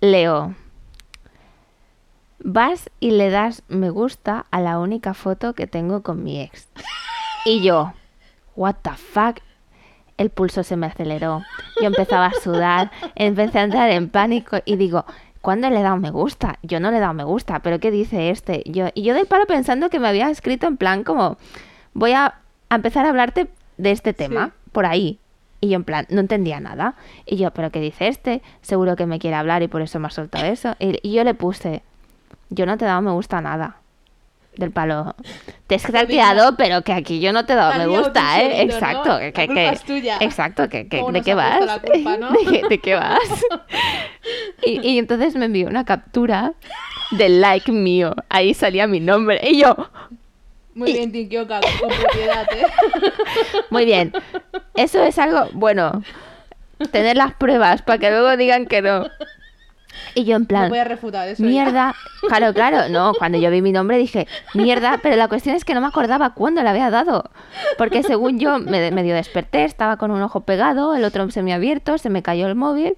Speaker 1: Leo. Vas y le das me gusta a la única foto que tengo con mi ex. Y yo, what the fuck. El pulso se me aceleró. Yo empezaba a sudar, empecé a entrar en pánico y digo, ¿cuándo le he dado me gusta? Yo no le he dado me gusta, pero ¿qué dice este? Yo, y yo del paro pensando que me había escrito en plan como, voy a, a empezar a hablarte de este tema, por ahí. Y yo en plan, no entendía nada. Y yo, ¿pero qué dice este? Seguro que me quiere hablar y por eso me ha soltado eso. Y, y yo le puse, yo no te he dado me gusta a nada. Del palo. Te he stalkeado, pero que aquí yo no te he dado
Speaker 3: Te
Speaker 1: me
Speaker 3: has liado tú
Speaker 1: gusta, ¿eh?
Speaker 3: solito,
Speaker 1: Exacto.
Speaker 3: ¿no?
Speaker 1: que-
Speaker 3: La
Speaker 1: que-
Speaker 3: culpa
Speaker 1: que-
Speaker 3: es tuya.
Speaker 1: Exacto. que- que-
Speaker 3: ¿Cómo
Speaker 1: ¿De
Speaker 3: nos
Speaker 1: qué
Speaker 3: has
Speaker 1: vas?
Speaker 3: puesto la culpa, no?
Speaker 1: ¿De, qué- de qué vas? Y, y entonces me envió una captura del like mío. Ahí salía mi nombre. Y yo,
Speaker 3: Muy bien, Tinkyoka, con propiedad, ¿eh?
Speaker 1: Muy bien. Eso es algo bueno. Tener las pruebas para que luego digan que no. Y yo en
Speaker 3: No
Speaker 1: plan,
Speaker 3: voy a refutar eso. ya.
Speaker 1: mierda. Claro, claro, no. Cuando yo vi mi nombre dije, mierda, pero la cuestión es que no me acordaba cuándo la había dado. Porque según yo me medio desperté, estaba con un ojo pegado, el otro semiabierto, se me cayó el móvil.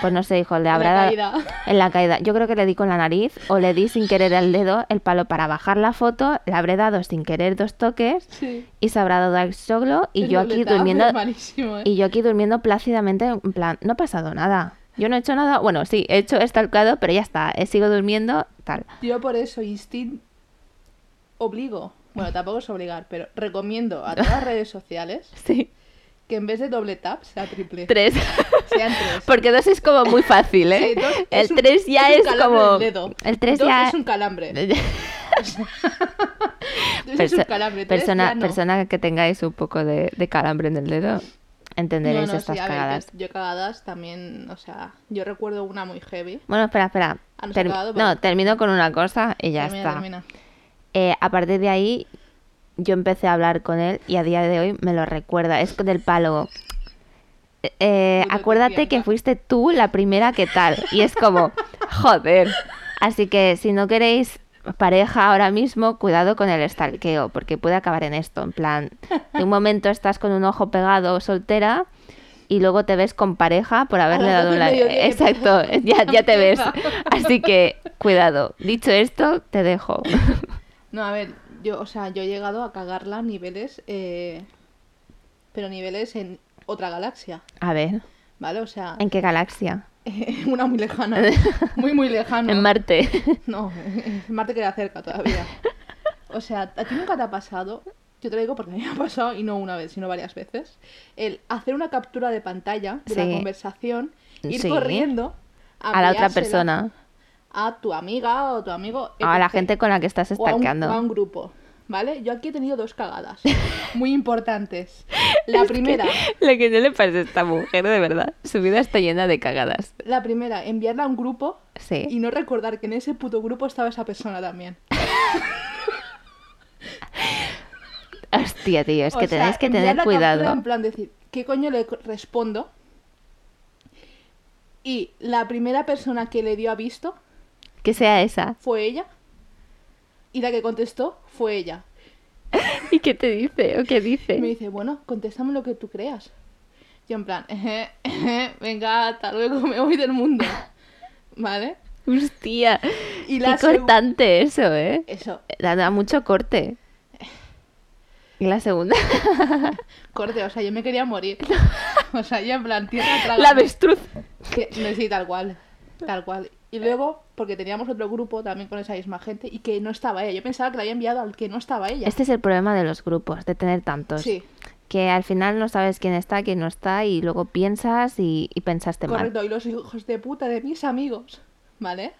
Speaker 1: Pues no sé, hijo, le
Speaker 3: la
Speaker 1: habrá
Speaker 3: caída.
Speaker 1: dado en la caída. Yo creo que le di con la nariz o le di sin querer al dedo el palo para bajar la foto, le habré dado sin querer dos toques
Speaker 3: Sí.
Speaker 1: y se habrá dado al soglo y
Speaker 3: Es
Speaker 1: yo aquí
Speaker 3: violeta,
Speaker 1: durmiendo
Speaker 3: pero malísimo, ¿eh?
Speaker 1: y yo aquí durmiendo plácidamente en plan no ha pasado nada yo no he hecho nada bueno sí he hecho estalcado pero ya está eh, sigo durmiendo tal
Speaker 3: Yo por eso, Instinct, obligo. Bueno, tampoco es obligar, pero recomiendo a todas las redes sociales
Speaker 1: sí
Speaker 3: que en vez de doble tap sea triple.
Speaker 1: tres
Speaker 3: Sean tres.
Speaker 1: porque dos es como muy fácil eh
Speaker 3: Sí, dos
Speaker 1: el
Speaker 3: es un-
Speaker 1: tres ya es,
Speaker 3: es un calambre
Speaker 1: como
Speaker 3: en el dedo.
Speaker 1: el tres
Speaker 3: Dos
Speaker 1: ya
Speaker 3: es un calambre. Dos es un
Speaker 1: Perso-
Speaker 3: calambre. tres
Speaker 1: persona
Speaker 3: ya no.
Speaker 1: persona que tengáis un poco de, de calambre en el dedo entenderéis
Speaker 3: No, no,
Speaker 1: estas
Speaker 3: sí, a ver,
Speaker 1: cagadas.
Speaker 3: que yo cagadas también, o sea, yo recuerdo una muy heavy.
Speaker 1: Bueno, espera, espera.
Speaker 3: Ah, no se ha
Speaker 1: Termi-
Speaker 3: acabado, pero-
Speaker 1: no, termino con una cosa y ya
Speaker 3: Termina,
Speaker 1: está.
Speaker 3: termina.
Speaker 1: Eh, a partir de ahí, yo empecé a hablar con él y a día de hoy me lo recuerda. Es del palo. eh, eh,
Speaker 3: Puto
Speaker 1: acuérdate
Speaker 3: tienda.
Speaker 1: que fuiste tú la primera que tal. Y es como, joder. Así que si no queréis pareja ahora mismo, cuidado con el estalqueo, porque puede acabar en esto. En plan, de un momento estás con un ojo pegado soltera y luego te ves con pareja por haberle
Speaker 3: las
Speaker 1: dado
Speaker 3: doce del
Speaker 1: una...
Speaker 3: mediodía que
Speaker 1: Exacto, ya, ya te ves. Así que cuidado. Dicho esto, te dejo.
Speaker 3: No, a ver, yo, o sea, yo he llegado a cagarla a niveles, eh, pero niveles en otra galaxia,
Speaker 1: A ver,
Speaker 3: ¿vale? O sea,
Speaker 1: ¿en qué galaxia?
Speaker 3: una muy lejana, muy, muy lejana.
Speaker 1: En Marte.
Speaker 3: No, Marte queda cerca todavía. O sea, ¿a ti nunca te ha pasado? Yo te lo digo porque a mí me ha pasado, y no una vez, sino varias veces, el hacer una captura de pantalla de
Speaker 1: Sí.
Speaker 3: la conversación, ir
Speaker 1: Sí.
Speaker 3: corriendo
Speaker 1: A la otra
Speaker 3: enviársela
Speaker 1: persona.
Speaker 3: A tu amiga o tu amigo.
Speaker 1: A la
Speaker 3: etc.
Speaker 1: gente con la que estás
Speaker 3: o a, un, o a
Speaker 1: estalqueando.
Speaker 3: un grupo, ¿vale? Yo aquí he tenido dos cagadas muy importantes. La primera,
Speaker 1: Lo que no le parece a esta mujer, de verdad. Su vida está llena de cagadas.
Speaker 3: la primera, enviarla a un grupo y
Speaker 1: Sí.
Speaker 3: no recordar que en ese puto grupo estaba esa persona también.
Speaker 1: Hostia, tío, es
Speaker 3: O
Speaker 1: que
Speaker 3: sea,
Speaker 1: tenéis que
Speaker 3: enviar
Speaker 1: tener
Speaker 3: la captura
Speaker 1: cuidado.
Speaker 3: En plan decir, ¿qué coño le co- respondo? Y la primera persona que le dio a visto
Speaker 1: Que sea esa.
Speaker 3: fue ella. Y la que contestó fue ella.
Speaker 1: ¿Y qué te dice? ¿O qué
Speaker 3: Y me
Speaker 1: dice?
Speaker 3: dice, bueno, contéstame lo que tú creas. Yo en plan, "Eje, eje, venga, hasta luego, me voy del mundo. ¿Vale?
Speaker 1: Hostia.
Speaker 3: Y
Speaker 1: qué
Speaker 3: la segu-
Speaker 1: cortante eso, ¿eh?
Speaker 3: Eso,
Speaker 1: Da, da mucho corte. Y la segunda.
Speaker 3: corte, o sea, yo me quería morir. O sea, yo en plan, tierra traga.
Speaker 1: la avestruz.
Speaker 3: Que- no, sí, tal cual. Tal cual. Y luego, porque teníamos otro grupo también con esa misma gente y que no estaba ella. Yo pensaba que la había enviado al que no estaba ella.
Speaker 1: Este es el problema de los grupos, de tener tantos.
Speaker 3: Sí,
Speaker 1: Que al final no sabes quién está, quién no está, y luego piensas y, y pensaste mal.
Speaker 3: correcto. Y los hijos de puta de mis amigos, ¿vale?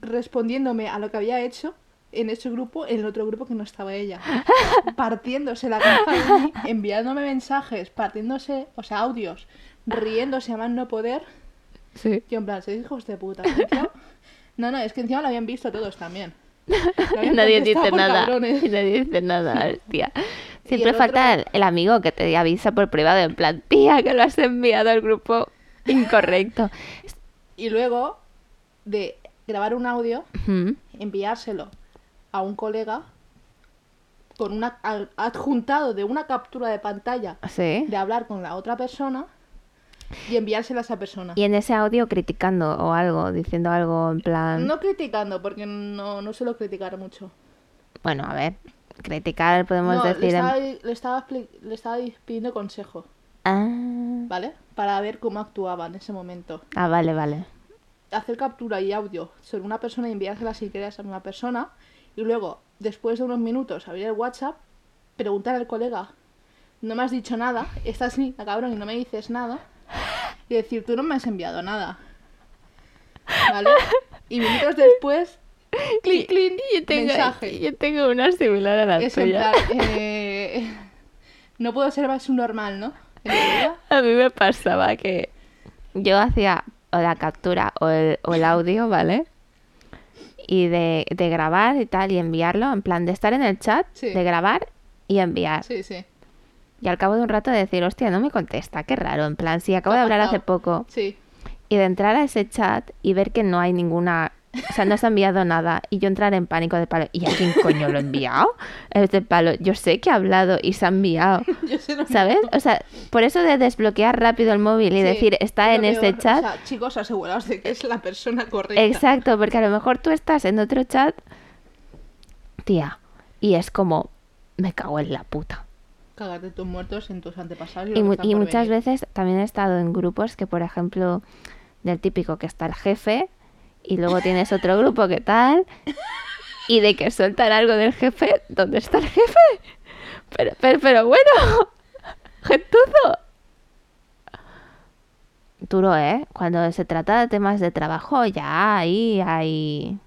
Speaker 3: Respondiéndome a lo que había hecho en ese grupo, en el otro grupo que no estaba ella. Partiéndose la cabeza de mí, enviándome mensajes, partiéndose, o sea, audios, riéndose a más no poder.
Speaker 1: Sí.
Speaker 3: Yo en plan, sois hijos de puta. Encima- No, no, es que encima lo habían visto todos también. Lo
Speaker 1: Y
Speaker 3: habían
Speaker 1: nadie
Speaker 3: contestado
Speaker 1: dice
Speaker 3: por
Speaker 1: nada.
Speaker 3: cabrones.
Speaker 1: Y nadie dice nada, hostia. Siempre
Speaker 3: el otro-
Speaker 1: falta el, el amigo que te avisa por privado, en plan, tía, que lo has enviado al grupo incorrecto.
Speaker 3: Y luego de grabar un audio,
Speaker 1: Ujú.
Speaker 3: enviárselo a un colega con una al- adjuntado de una captura de pantalla
Speaker 1: Sí.
Speaker 3: de hablar con la otra persona y enviársela a esa persona.
Speaker 1: Y en ese audio criticando o algo, diciendo algo en plan.
Speaker 3: No criticando, porque no, no suelo criticar mucho.
Speaker 1: Bueno, a ver, criticar podemos
Speaker 3: No, le
Speaker 1: decir. um, en-
Speaker 3: estaba, le, estaba, expli- le estaba pidiendo consejo,
Speaker 1: Ah,
Speaker 3: ¿vale? Para ver cómo actuaba en ese momento.
Speaker 1: ah, vale, vale.
Speaker 3: hacer captura y audio sobre una persona y enviársela sin querer a esa misma persona. Y luego, después de unos minutos, abrir el WhatsApp, preguntar al colega, no me has dicho nada, estás así, la cabrón, y no me dices nada. Y decir, tú no me has enviado nada. ¿Vale? Y minutos después, clic, clic, mensaje.
Speaker 1: yo tengo una similar a la
Speaker 3: Es en plan, eh, no puedo ser más un normal, ¿no? En realidad,
Speaker 1: A mí me pasaba que yo hacía o la captura o el, o el audio, ¿vale? Y de, de grabar y tal y enviarlo, en plan de estar en el chat,
Speaker 3: Sí.
Speaker 1: de grabar y enviar.
Speaker 3: Sí, sí.
Speaker 1: Y al cabo de un rato decir, hostia, no me contesta, qué raro, en plan, sí, acabo
Speaker 3: ¿Te
Speaker 1: de
Speaker 3: ha
Speaker 1: hablar hace
Speaker 3: pasado?
Speaker 1: poco.
Speaker 3: Sí.
Speaker 1: Y de entrar a ese chat y ver que no hay ninguna... O sea, no se ha enviado nada. Y yo entrar en pánico de palo. ¿Y a quién coño lo he enviado? Es de palo. Yo sé que ha hablado y se ha enviado.
Speaker 3: Yo sé lo
Speaker 1: ¿Sabes? O sea, por eso de desbloquear rápido el móvil y
Speaker 3: Sí,
Speaker 1: decir, está
Speaker 3: es
Speaker 1: en
Speaker 3: lo
Speaker 1: este
Speaker 3: peor.
Speaker 1: chat.
Speaker 3: O sea, chicos, aseguraos de que es la persona correcta.
Speaker 1: Exacto, porque a lo mejor tú estás en otro chat, tía, y es como, me cago en la puta.
Speaker 3: Cagarte tus muertos en tus antepasados.
Speaker 1: Y, mu- y muchas veces también he estado en grupos que, por ejemplo, del típico que está el jefe y luego tienes otro grupo que tal y de que sueltan algo del jefe, ¿dónde está el jefe? Pero, pero, pero bueno, gentuzo. Duro, ¿eh? Cuando se trata de temas de trabajo, ya ahí hay...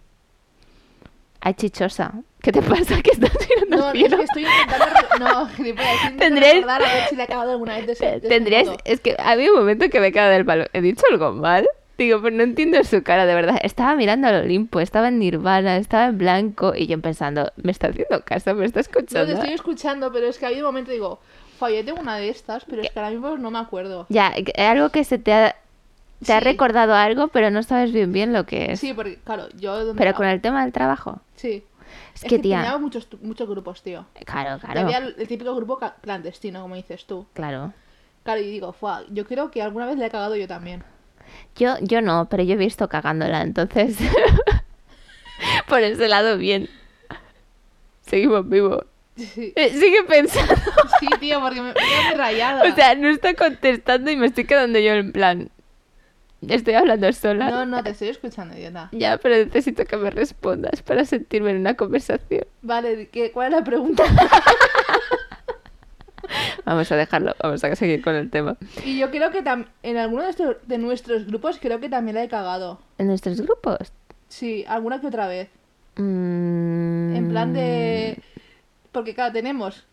Speaker 1: Hay chichosa. ¿Qué te pasa? ¿Qué estás mirando
Speaker 3: No,
Speaker 1: al
Speaker 3: es
Speaker 1: cielo?
Speaker 3: que estoy intentando. re- No, gilipollas. estoy intentando
Speaker 1: Tendríais-
Speaker 3: recordar a ver si le he acabado alguna vez de ese- de
Speaker 1: Te-
Speaker 3: ese
Speaker 1: Tendrías...
Speaker 3: mundo.
Speaker 1: Es que había un momento que me he quedado del palo. ¿He dicho algo mal? Digo, pero no entiendo su cara, de verdad. Estaba mirando al Olimpo, estaba en Nirvana, estaba en blanco. Y yo pensando, ¿me está haciendo caso? ¿Me está
Speaker 3: No,
Speaker 1: escuchando?
Speaker 3: te estoy escuchando, pero es que había un momento digo, "Joder, yo tengo una de estas, pero es que ahora mismo no me acuerdo.
Speaker 1: Ya, que- algo que se te ha... Te ha
Speaker 3: Sí.
Speaker 1: recordado algo, pero no sabes bien bien lo que es.
Speaker 3: Sí, porque, claro, yo... donde
Speaker 1: pero
Speaker 3: era-
Speaker 1: con el tema del trabajo.
Speaker 3: Sí.
Speaker 1: Es, que, tía...
Speaker 3: tenía muchos, muchos grupos, tío.
Speaker 1: Claro,
Speaker 3: Y
Speaker 1: claro.
Speaker 3: Había el, el típico grupo ca- clandestino, como dices tú.
Speaker 1: Claro.
Speaker 3: Claro, y digo, "Fua, yo creo que alguna vez le he cagado yo también.
Speaker 1: Yo, yo no, pero yo he visto cagándola, entonces. Por ese lado, bien. Seguimos vivos.
Speaker 3: Sí,
Speaker 1: Eh, sigue pensando.
Speaker 3: Sí, tío, porque me quedo muy rayada.
Speaker 1: O sea, no está contestando y me estoy quedando yo en plan. Estoy hablando sola.
Speaker 3: no, no, te estoy escuchando, idiota.
Speaker 1: Ya, pero necesito que me respondas para sentirme en una conversación.
Speaker 3: Vale, ¿qué, ¿cuál es la pregunta?
Speaker 1: Vamos a dejarlo, vamos a seguir con el tema.
Speaker 3: y yo creo que tam- en alguno de, estos- de nuestros grupos creo que también la he cagado.
Speaker 1: ¿En nuestros grupos?
Speaker 3: Sí, alguna que otra vez.
Speaker 1: Mm,
Speaker 3: En plan de... Porque claro, tenemos...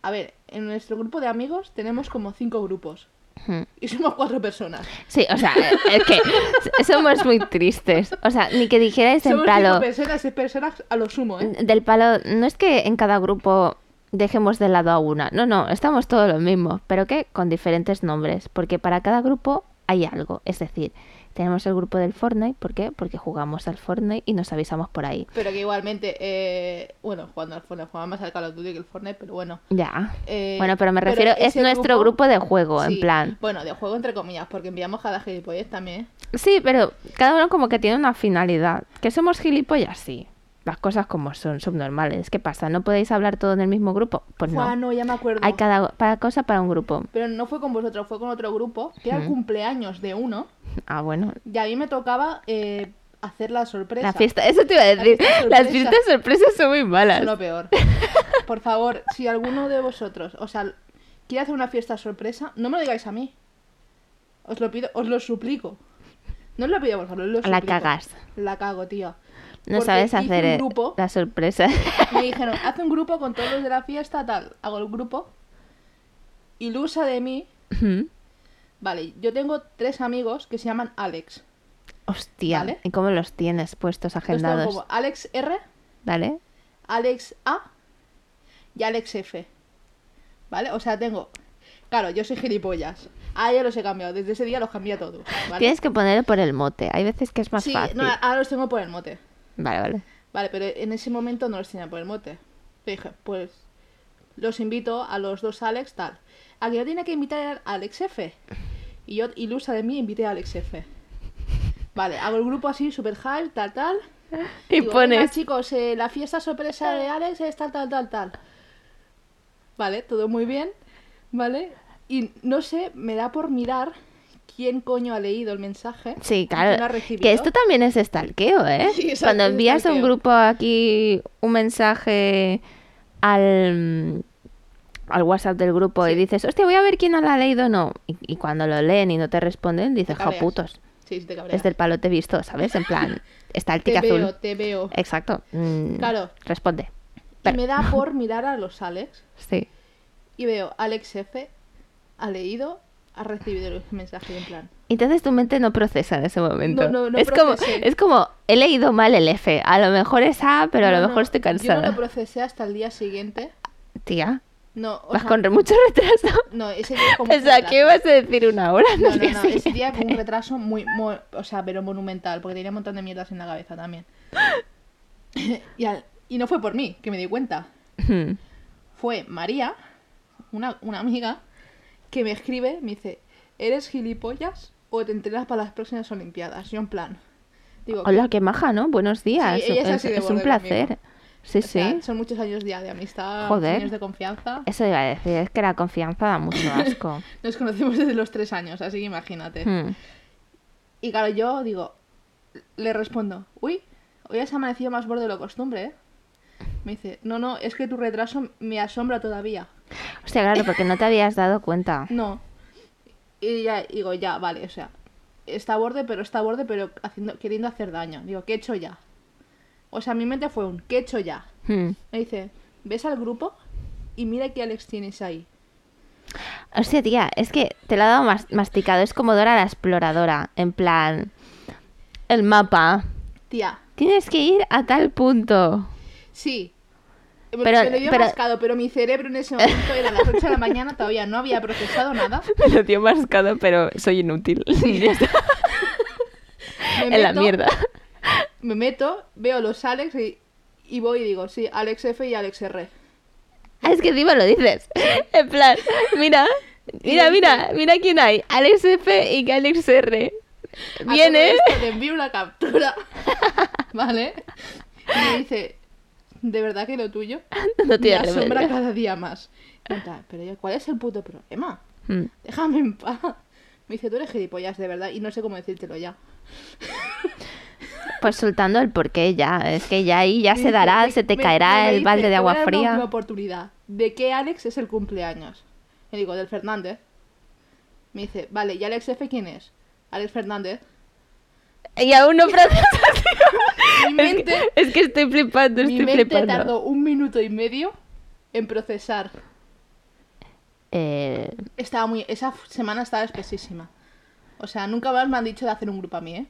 Speaker 3: A ver, en nuestro grupo de amigos tenemos como cinco grupos.
Speaker 1: Hmm.
Speaker 3: Y somos cuatro personas.
Speaker 1: Sí, o sea, eh, es que s- somos muy tristes. O sea, ni que dijerais en Mm.
Speaker 3: Somos
Speaker 1: palo.
Speaker 3: cinco personas, seis personas a lo sumo, ¿eh?
Speaker 1: del palo, no es que en cada grupo dejemos de lado a una, no, no, estamos todos los mismos, pero que con diferentes nombres, porque para cada grupo hay algo, es decir, tenemos el grupo del Fortnite, ¿por qué? Porque jugamos al Fortnite y nos avisamos por ahí.
Speaker 3: Pero que igualmente, eh, bueno, jugando al Fortnite, jugaba más al Call of Duty que el Fortnite, pero bueno.
Speaker 1: Ya.
Speaker 3: Eh,
Speaker 1: bueno, pero me
Speaker 3: pero
Speaker 1: refiero, es
Speaker 3: ese
Speaker 1: nuestro
Speaker 3: grupo-
Speaker 1: grupo de juego, en
Speaker 3: Sí,
Speaker 1: plan.
Speaker 3: Bueno, de juego entre comillas, porque enviamos cada gilipollez también. ¿eh?
Speaker 1: Sí, pero cada uno como que tiene una finalidad. Que somos gilipollas, sí. Las cosas como son, subnormales. ¿Qué pasa? ¿No podéis hablar todo en el mismo grupo? Pues no.
Speaker 3: Fua, no, ya me acuerdo.
Speaker 1: Hay cada para cosa para un grupo.
Speaker 3: Pero no fue con vosotros, fue con otro grupo, que era el
Speaker 1: Ujú.
Speaker 3: cumpleaños de uno,
Speaker 1: Ah, bueno,
Speaker 3: y a mí me tocaba eh, hacer la sorpresa.
Speaker 1: La fiesta, eso te iba a
Speaker 3: La
Speaker 1: decir.
Speaker 3: fiesta
Speaker 1: Las
Speaker 3: sorpresa.
Speaker 1: fiestas sorpresas son muy malas.
Speaker 3: Eso es lo peor. Por favor, si alguno de vosotros, o sea, quiere hacer una fiesta sorpresa, no me lo digáis a mí. Os lo pido, os lo suplico. No os lo pido, por favor, os lo
Speaker 1: La
Speaker 3: suplico.
Speaker 1: cagas.
Speaker 3: La cago, tío.
Speaker 1: No
Speaker 3: Porque
Speaker 1: sabes
Speaker 3: hice un
Speaker 1: hacer eh,
Speaker 3: grupo.
Speaker 1: la sorpresa.
Speaker 3: Me dijeron, haz un grupo con todos los de la fiesta, tal. Hago el grupo. Ilusa de mí.
Speaker 1: Ujú.
Speaker 3: Vale, yo tengo tres amigos que se llaman Alex.
Speaker 1: Hostia.
Speaker 3: Vale.
Speaker 1: ¿Y cómo los tienes puestos
Speaker 3: Los tengo
Speaker 1: agendados?
Speaker 3: como Alex R,
Speaker 1: ¿Vale?
Speaker 3: Alex A y Alex F. ¿Vale? O sea, tengo. Claro, yo soy gilipollas. Ah, ya los he cambiado. Desde ese día los cambié a todos. ¿vale?
Speaker 1: Tienes que ponerlo por el mote. Hay veces que es más
Speaker 3: sí,
Speaker 1: fácil.
Speaker 3: no, ahora los tengo por el mote.
Speaker 1: Vale, vale.
Speaker 3: Vale, pero en ese momento no los tenía por el mote. Le dije, pues los invito a los dos Alex tal. A quien no tiene que invitar era Alex F. Y yo, ilusa de mí, invité a Alex F. Vale, hago el grupo así, super high, tal, tal.
Speaker 1: Y
Speaker 3: Digo,
Speaker 1: pones.
Speaker 3: "Venga, chicos, eh, la fiesta sorpresa de Alex es tal, tal, tal, tal. Vale, todo muy bien. Vale. Y no sé, me da por mirar quién coño ha leído el mensaje. y
Speaker 1: Sí,
Speaker 3: quién lo ha
Speaker 1: claro.
Speaker 3: recibido.
Speaker 1: Que este esto también es estalqueo, ¿eh?
Speaker 3: Sí, eso
Speaker 1: Cuando
Speaker 3: es
Speaker 1: envías a un
Speaker 3: stalkeo.
Speaker 1: grupo aquí un mensaje al, al WhatsApp del grupo y dices, hostia, voy a ver quién la ha leído o no. Y, y cuando lo leen y no te responden, dices, ja,
Speaker 3: cabreas.
Speaker 1: putos.
Speaker 3: Sí, sí, te cabreas.
Speaker 1: Desde el palo te he visto, ¿sabes? En plan, está el tic
Speaker 3: Te
Speaker 1: azul.
Speaker 3: veo, te veo.
Speaker 1: Exacto. Mm,
Speaker 3: Claro.
Speaker 1: Responde.
Speaker 3: Y
Speaker 1: Pero-
Speaker 3: me da por mirar a los Alex
Speaker 1: Sí.
Speaker 3: y veo Alex F ha leído, ha recibido el mensaje y en plan.
Speaker 1: Entonces tu mente no procesa en ese momento.
Speaker 3: No, no, no
Speaker 1: es como,
Speaker 3: procesé.
Speaker 1: es como, he leído mal el F. A lo mejor es A, pero a
Speaker 3: "No,
Speaker 1: lo
Speaker 3: no,
Speaker 1: mejor estoy
Speaker 3: Yo
Speaker 1: cansada.
Speaker 3: no lo procesé hasta el día siguiente.
Speaker 1: Tía,
Speaker 3: No, o
Speaker 1: vas
Speaker 3: sea,
Speaker 1: con re- mucho retraso.
Speaker 3: no ese día como
Speaker 1: O
Speaker 3: un
Speaker 1: sea, ¿qué
Speaker 3: retraso.
Speaker 1: vas a decir una hora?
Speaker 3: No,
Speaker 1: al
Speaker 3: no,
Speaker 1: día
Speaker 3: no, ese día
Speaker 1: siguiente?
Speaker 3: con un retraso muy, muy- o sea, pero monumental, porque tenía un montón de mierdas en la cabeza también. y, al- y no fue por mí, que me di cuenta.
Speaker 1: Hmm.
Speaker 3: Fue María, una, una amiga, que me escribe, me dice, ¿eres gilipollas o te entrenas para las próximas Olimpiadas? Yo en plan, digo,
Speaker 1: Hola, qué maja, ¿no? Buenos días.
Speaker 3: Sí, ella es así de
Speaker 1: un
Speaker 3: borde conmigo.
Speaker 1: placer. Sí,
Speaker 3: O sea,
Speaker 1: sí.
Speaker 3: son muchos años ya de amistad,
Speaker 1: Joder.
Speaker 3: años de confianza.
Speaker 1: Eso iba a decir, es que la confianza da mucho asco.
Speaker 3: Nos conocemos desde los tres años, así que imagínate.
Speaker 1: Hmm.
Speaker 3: Y claro, yo digo, le respondo, uy, hoy has amanecido más borde de lo costumbre, ¿eh?". Me dice, no, no, es que tu retraso me asombra todavía.
Speaker 1: Hostia, claro, porque no te habías dado cuenta.
Speaker 3: No. Y ya digo, ya, vale, o sea, está a borde, pero está a borde, pero haciendo, queriendo hacer daño. Digo, ¿qué he hecho ya? O sea, mi mente fue un, ¿qué he hecho ya?
Speaker 1: Hmm.
Speaker 3: Me dice, ves al grupo y mira qué Alex tienes ahí.
Speaker 1: Hostia, tía, es que te lo ha dado mas- masticado. Es como Dora la exploradora. En plan, el mapa.
Speaker 3: Tía,
Speaker 1: Tienes que ir a tal punto.
Speaker 3: sí. Pero,
Speaker 1: Pero-
Speaker 3: me lo había
Speaker 1: pero-
Speaker 3: mascado, pero mi cerebro en ese momento era las 8 de la mañana, todavía no había procesado nada.
Speaker 1: Me lo dio mascado, pero soy inútil.
Speaker 3: Me
Speaker 1: en la
Speaker 3: meto-
Speaker 1: mierda.
Speaker 3: Me meto, veo los Alex y, y voy y digo, sí, Alex F y Alex R.
Speaker 1: Ah, es que encima lo dices. En plan, mira, mira, mira, mira quién hay. Alex F y Alex R.
Speaker 3: A todo
Speaker 1: Viene.
Speaker 3: esto Te envío una captura. ¿Vale? Y me dice, ¿de verdad que lo tuyo?
Speaker 1: No
Speaker 3: me
Speaker 1: tiene
Speaker 3: asombra
Speaker 1: remedio.
Speaker 3: cada día más. Y tal, Pero yo, ¿cuál es el puto problema?
Speaker 1: Mm.
Speaker 3: Déjame en paz. Me dice, tú eres gilipollas, de verdad, y no sé cómo decírtelo ya.
Speaker 1: Pues soltando el porqué ya. Es que ya ahí ya
Speaker 3: Me
Speaker 1: se
Speaker 3: dice,
Speaker 1: dará,
Speaker 3: me-
Speaker 1: se te
Speaker 3: me-
Speaker 1: caerá
Speaker 3: me
Speaker 1: el
Speaker 3: dice,
Speaker 1: balde de
Speaker 3: "Te voy a
Speaker 1: agua
Speaker 3: dar una última
Speaker 1: fría.
Speaker 3: oportunidad. ¿De qué Alex es el cumpleaños? Le digo, del Fernández. Me dice, vale, ¿y Alex F quién es? Alex Fernández.
Speaker 1: Y aún no procesas.
Speaker 3: Mi
Speaker 1: Es
Speaker 3: mente,
Speaker 1: que, es que estoy flipando,
Speaker 3: mi
Speaker 1: estoy
Speaker 3: mente
Speaker 1: flipando.
Speaker 3: tardó un minuto y medio en procesar.
Speaker 1: Eh,
Speaker 3: Estaba muy, esa f- semana estaba espesísima. O sea, nunca más me han dicho de hacer un grupo a mí, ¿eh?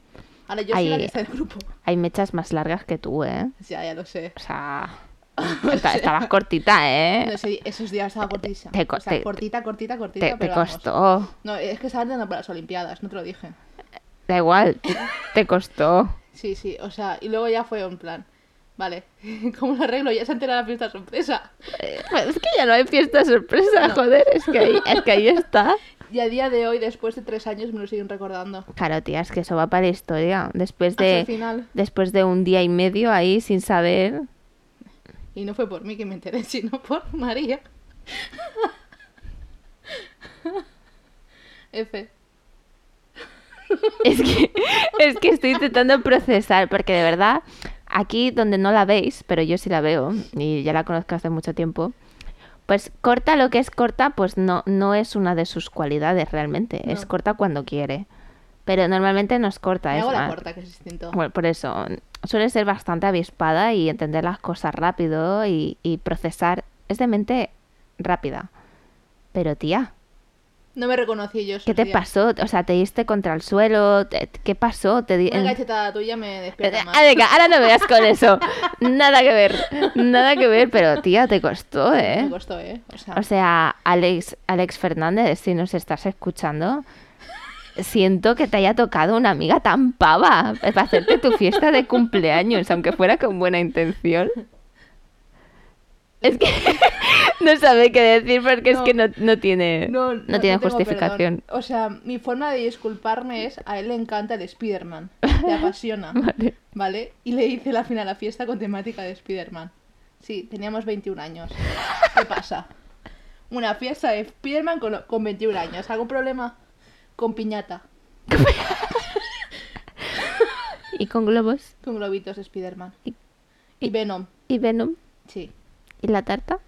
Speaker 3: Ahora yo soy la
Speaker 1: Ay.
Speaker 3: que está en el grupo.
Speaker 1: hay mechas más largas que tú, ¿eh?
Speaker 3: Ya, ya lo sé.
Speaker 1: O sea, esta- estabas cortita, ¿eh?
Speaker 3: No sé, esos días estaba cortísima.
Speaker 1: Te co-
Speaker 3: O sea,
Speaker 1: te-
Speaker 3: cortita, cortita, cortita.
Speaker 1: Te, te
Speaker 3: pero vamos.
Speaker 1: costó.
Speaker 3: No, es que estaba andando para las Olimpiadas, no te lo dije.
Speaker 1: Da igual, te costó.
Speaker 3: Sí, sí, o sea, y luego ya fue un plan. Vale, ¿cómo lo arreglo? Ya se entera la fiesta sorpresa.
Speaker 1: Eh, Es que ya no hay fiesta sorpresa, joder. Es que, ahí, es que ahí está.
Speaker 3: Y a día de hoy, después de tres años, me lo siguen recordando.
Speaker 1: Claro, tía, es que eso va para la historia. Después
Speaker 3: Hasta
Speaker 1: de,
Speaker 3: el final.
Speaker 1: después de un día y medio ahí sin saber.
Speaker 3: Y no fue por mí que me enteré, sino por María. F.
Speaker 1: Es que, es que estoy intentando procesar, porque de verdad, aquí donde no la veis, pero yo sí la veo, y ya la conozco hace mucho tiempo, pues corta lo que es corta, pues no, no es una de sus cualidades realmente. Es
Speaker 3: No.
Speaker 1: corta cuando quiere. Pero normalmente no es corta.
Speaker 3: Me
Speaker 1: es
Speaker 3: hago la
Speaker 1: más-
Speaker 3: corta, que es distinto.
Speaker 1: Bueno, por eso, suele ser bastante avispada y entender las cosas rápido y, y procesar. Es de mente rápida. Pero tía,
Speaker 3: No me reconocí yo. esos
Speaker 1: ¿qué te
Speaker 3: días.
Speaker 1: pasó? O sea, te diste contra el suelo. ¿Te- ¿Qué pasó? Te di-
Speaker 3: Una
Speaker 1: en-
Speaker 3: cachetada tuya me
Speaker 1: Eh,
Speaker 3: despierta más.
Speaker 1: ah, venga, ahora no me veas con eso. Nada que ver. Nada que ver, pero tía, te costó, ¿eh?
Speaker 3: Me costó, ¿eh? O sea,
Speaker 1: O sea, Alex, Alex Fernández, si nos estás escuchando, siento que te haya tocado una amiga tan pava para hacerte tu fiesta de cumpleaños, aunque fuera con buena intención. Es que no sabe qué decir porque es
Speaker 3: No.
Speaker 1: que no, no tiene,
Speaker 3: no,
Speaker 1: Eh, no,
Speaker 3: no- no
Speaker 1: tiene
Speaker 3: tengo
Speaker 1: justificación.
Speaker 3: perdón. O sea, mi forma de disculparme es, a él le encanta el Spider-Man. Le apasiona.
Speaker 1: Vale.
Speaker 3: ¿Vale? Y le hice la final a fiesta con temática de Spider-Man. Sí, teníamos 21 años. ¿Qué pasa? Una fiesta de Spider-Man con, lo- con 21 años. ¿Algún problema? Con piñata.
Speaker 1: Y con globos,
Speaker 3: Con globitos de Spider-Man.
Speaker 1: Y-
Speaker 3: Y Venom.
Speaker 1: y Venom,
Speaker 3: Sí.
Speaker 1: y la tarta.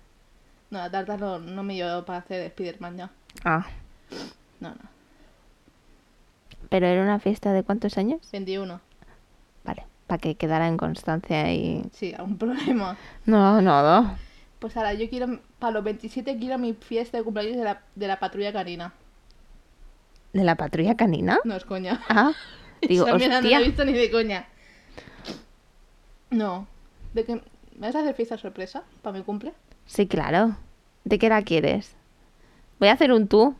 Speaker 3: No, la tarta no, no me dio para hacer Spider-Man ya.
Speaker 1: Ah,
Speaker 3: No, no.
Speaker 1: pero era una fiesta de cuántos años?
Speaker 3: 21.
Speaker 1: Vale, para que quedara en constancia y...
Speaker 3: Sí, algún problema.
Speaker 1: No, no, no.
Speaker 3: Pues ahora, yo quiero, para los 27 quiero mi fiesta de cumpleaños de la, de la patrulla canina.
Speaker 1: ¿De la patrulla canina?
Speaker 3: No es coña.
Speaker 1: Ah, digo,
Speaker 3: Esa mierda
Speaker 1: hostia.
Speaker 3: no la he visto ni de coña. No. ¿De que ¿Me vas a hacer fiesta sorpresa para mi cumple?
Speaker 1: Sí, claro. ¿De qué la quieres? Voy a hacer un tú.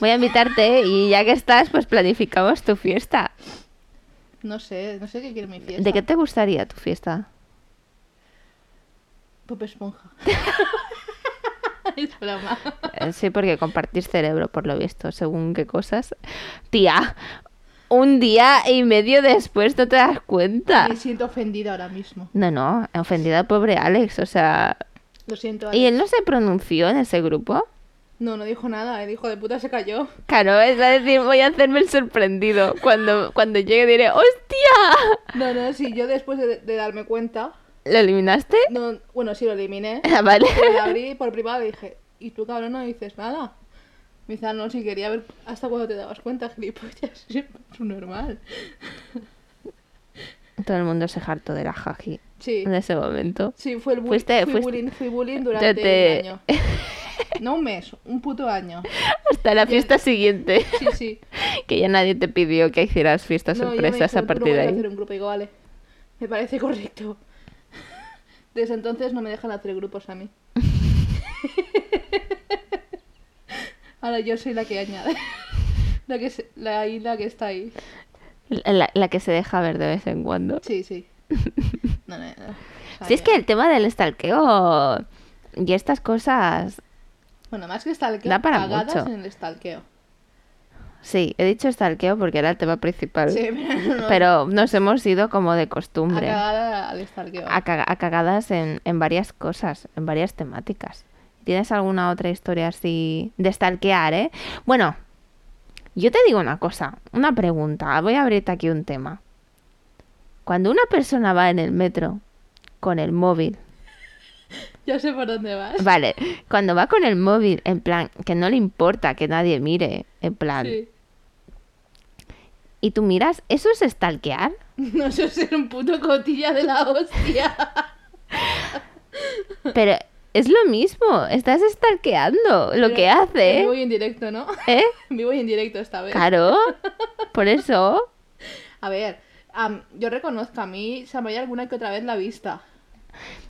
Speaker 1: Voy a invitarte y ya que estás, pues planificamos tu fiesta.
Speaker 3: No sé, no sé qué quiere mi fiesta.
Speaker 1: ¿De qué te gustaría tu fiesta?
Speaker 3: Pop Esponja. es broma.
Speaker 1: Eh, Sí, porque compartir cerebro, por lo visto, según qué cosas. Tía, un día y medio después no te das cuenta.
Speaker 3: Me siento ofendida ahora mismo.
Speaker 1: No, no, ofendida pobre Alex, o sea...
Speaker 3: Lo siento.
Speaker 1: ¿Y
Speaker 3: Alex.
Speaker 1: él no se pronunció en ese grupo?
Speaker 3: No, no dijo nada. El hijo de puta se cayó.
Speaker 1: Claro, es decir, voy a hacerme el sorprendido. Cuando, cuando llegue diré, ¡hostia!
Speaker 3: No, no, sí, yo después de, de darme cuenta.
Speaker 1: ¿Lo eliminaste?
Speaker 3: No, bueno, sí lo eliminé.
Speaker 1: Ah, Vale.
Speaker 3: Le Pues abrí por privado y dije, ¿y tú cabrón no dices nada? Me dice, "Ah, no, si quería ver hasta cuando te dabas cuenta, gilipollas, es normal.
Speaker 1: Todo el mundo se hartó de la jaji.
Speaker 3: Sí.
Speaker 1: en ese momento.
Speaker 3: Sí, fue el bullying.
Speaker 1: Fuiste-
Speaker 3: fui,
Speaker 1: fuiste-
Speaker 3: bullying fui bullying durante
Speaker 1: Te-
Speaker 3: un año. No un mes, un puto año.
Speaker 1: Hasta la
Speaker 3: Ya-
Speaker 1: fiesta siguiente,
Speaker 3: Sí, sí.
Speaker 1: que ya nadie te pidió que hicieras fiestas
Speaker 3: No, yo me
Speaker 1: sorpresas
Speaker 3: dije,
Speaker 1: a
Speaker 3: "Tú no
Speaker 1: partir de
Speaker 3: vuelves a
Speaker 1: ahí.
Speaker 3: hacer un grupo". Y digo, "Vale, me parece correcto. Desde entonces no me dejan hacer grupos a mí. Ahora yo soy la que añade. La que, se- la, ahí, la que está ahí.
Speaker 1: La, la que se deja ver de vez en cuando.
Speaker 3: Sí, sí. No, no, no. O sea,
Speaker 1: Si es
Speaker 3: yo-
Speaker 1: que el tema del stalkeo y estas cosas.
Speaker 3: Bueno, más que stalkeo,
Speaker 1: Da para
Speaker 3: cagadas
Speaker 1: mucho.
Speaker 3: en el stalkeo.
Speaker 1: Sí, he dicho stalkeo porque era el tema principal.
Speaker 3: Sí, pero no.
Speaker 1: Pero nos hemos ido como de
Speaker 3: A
Speaker 1: costumbre.
Speaker 3: cagar a- al stalkeo.
Speaker 1: a, caga- a cagadas en, en varias cosas, en varias temáticas. ¿Tienes alguna otra historia así de stalkear, eh? Bueno, yo te digo una cosa, una pregunta. Voy a abrirte aquí un tema. Cuando una persona va en el metro con el móvil,
Speaker 3: Ya sé por dónde vas.
Speaker 1: vale, cuando va con el móvil, en plan, que no le importa que nadie mire, en plan,
Speaker 3: Sí.
Speaker 1: y tú miras, ¿eso es stalkear?
Speaker 3: No, eso es ser un puto cotilla de la hostia.
Speaker 1: Pero es lo mismo, estás stalkeando lo
Speaker 3: Pero-
Speaker 1: que
Speaker 3: pero
Speaker 1: hace,
Speaker 3: Vivo y en directo, ¿no?
Speaker 1: ¿eh?
Speaker 3: Vivo y en directo esta vez.
Speaker 1: Claro, por eso.
Speaker 3: A ver, am, yo reconozco, a mí se me va alguna que otra vez la vista.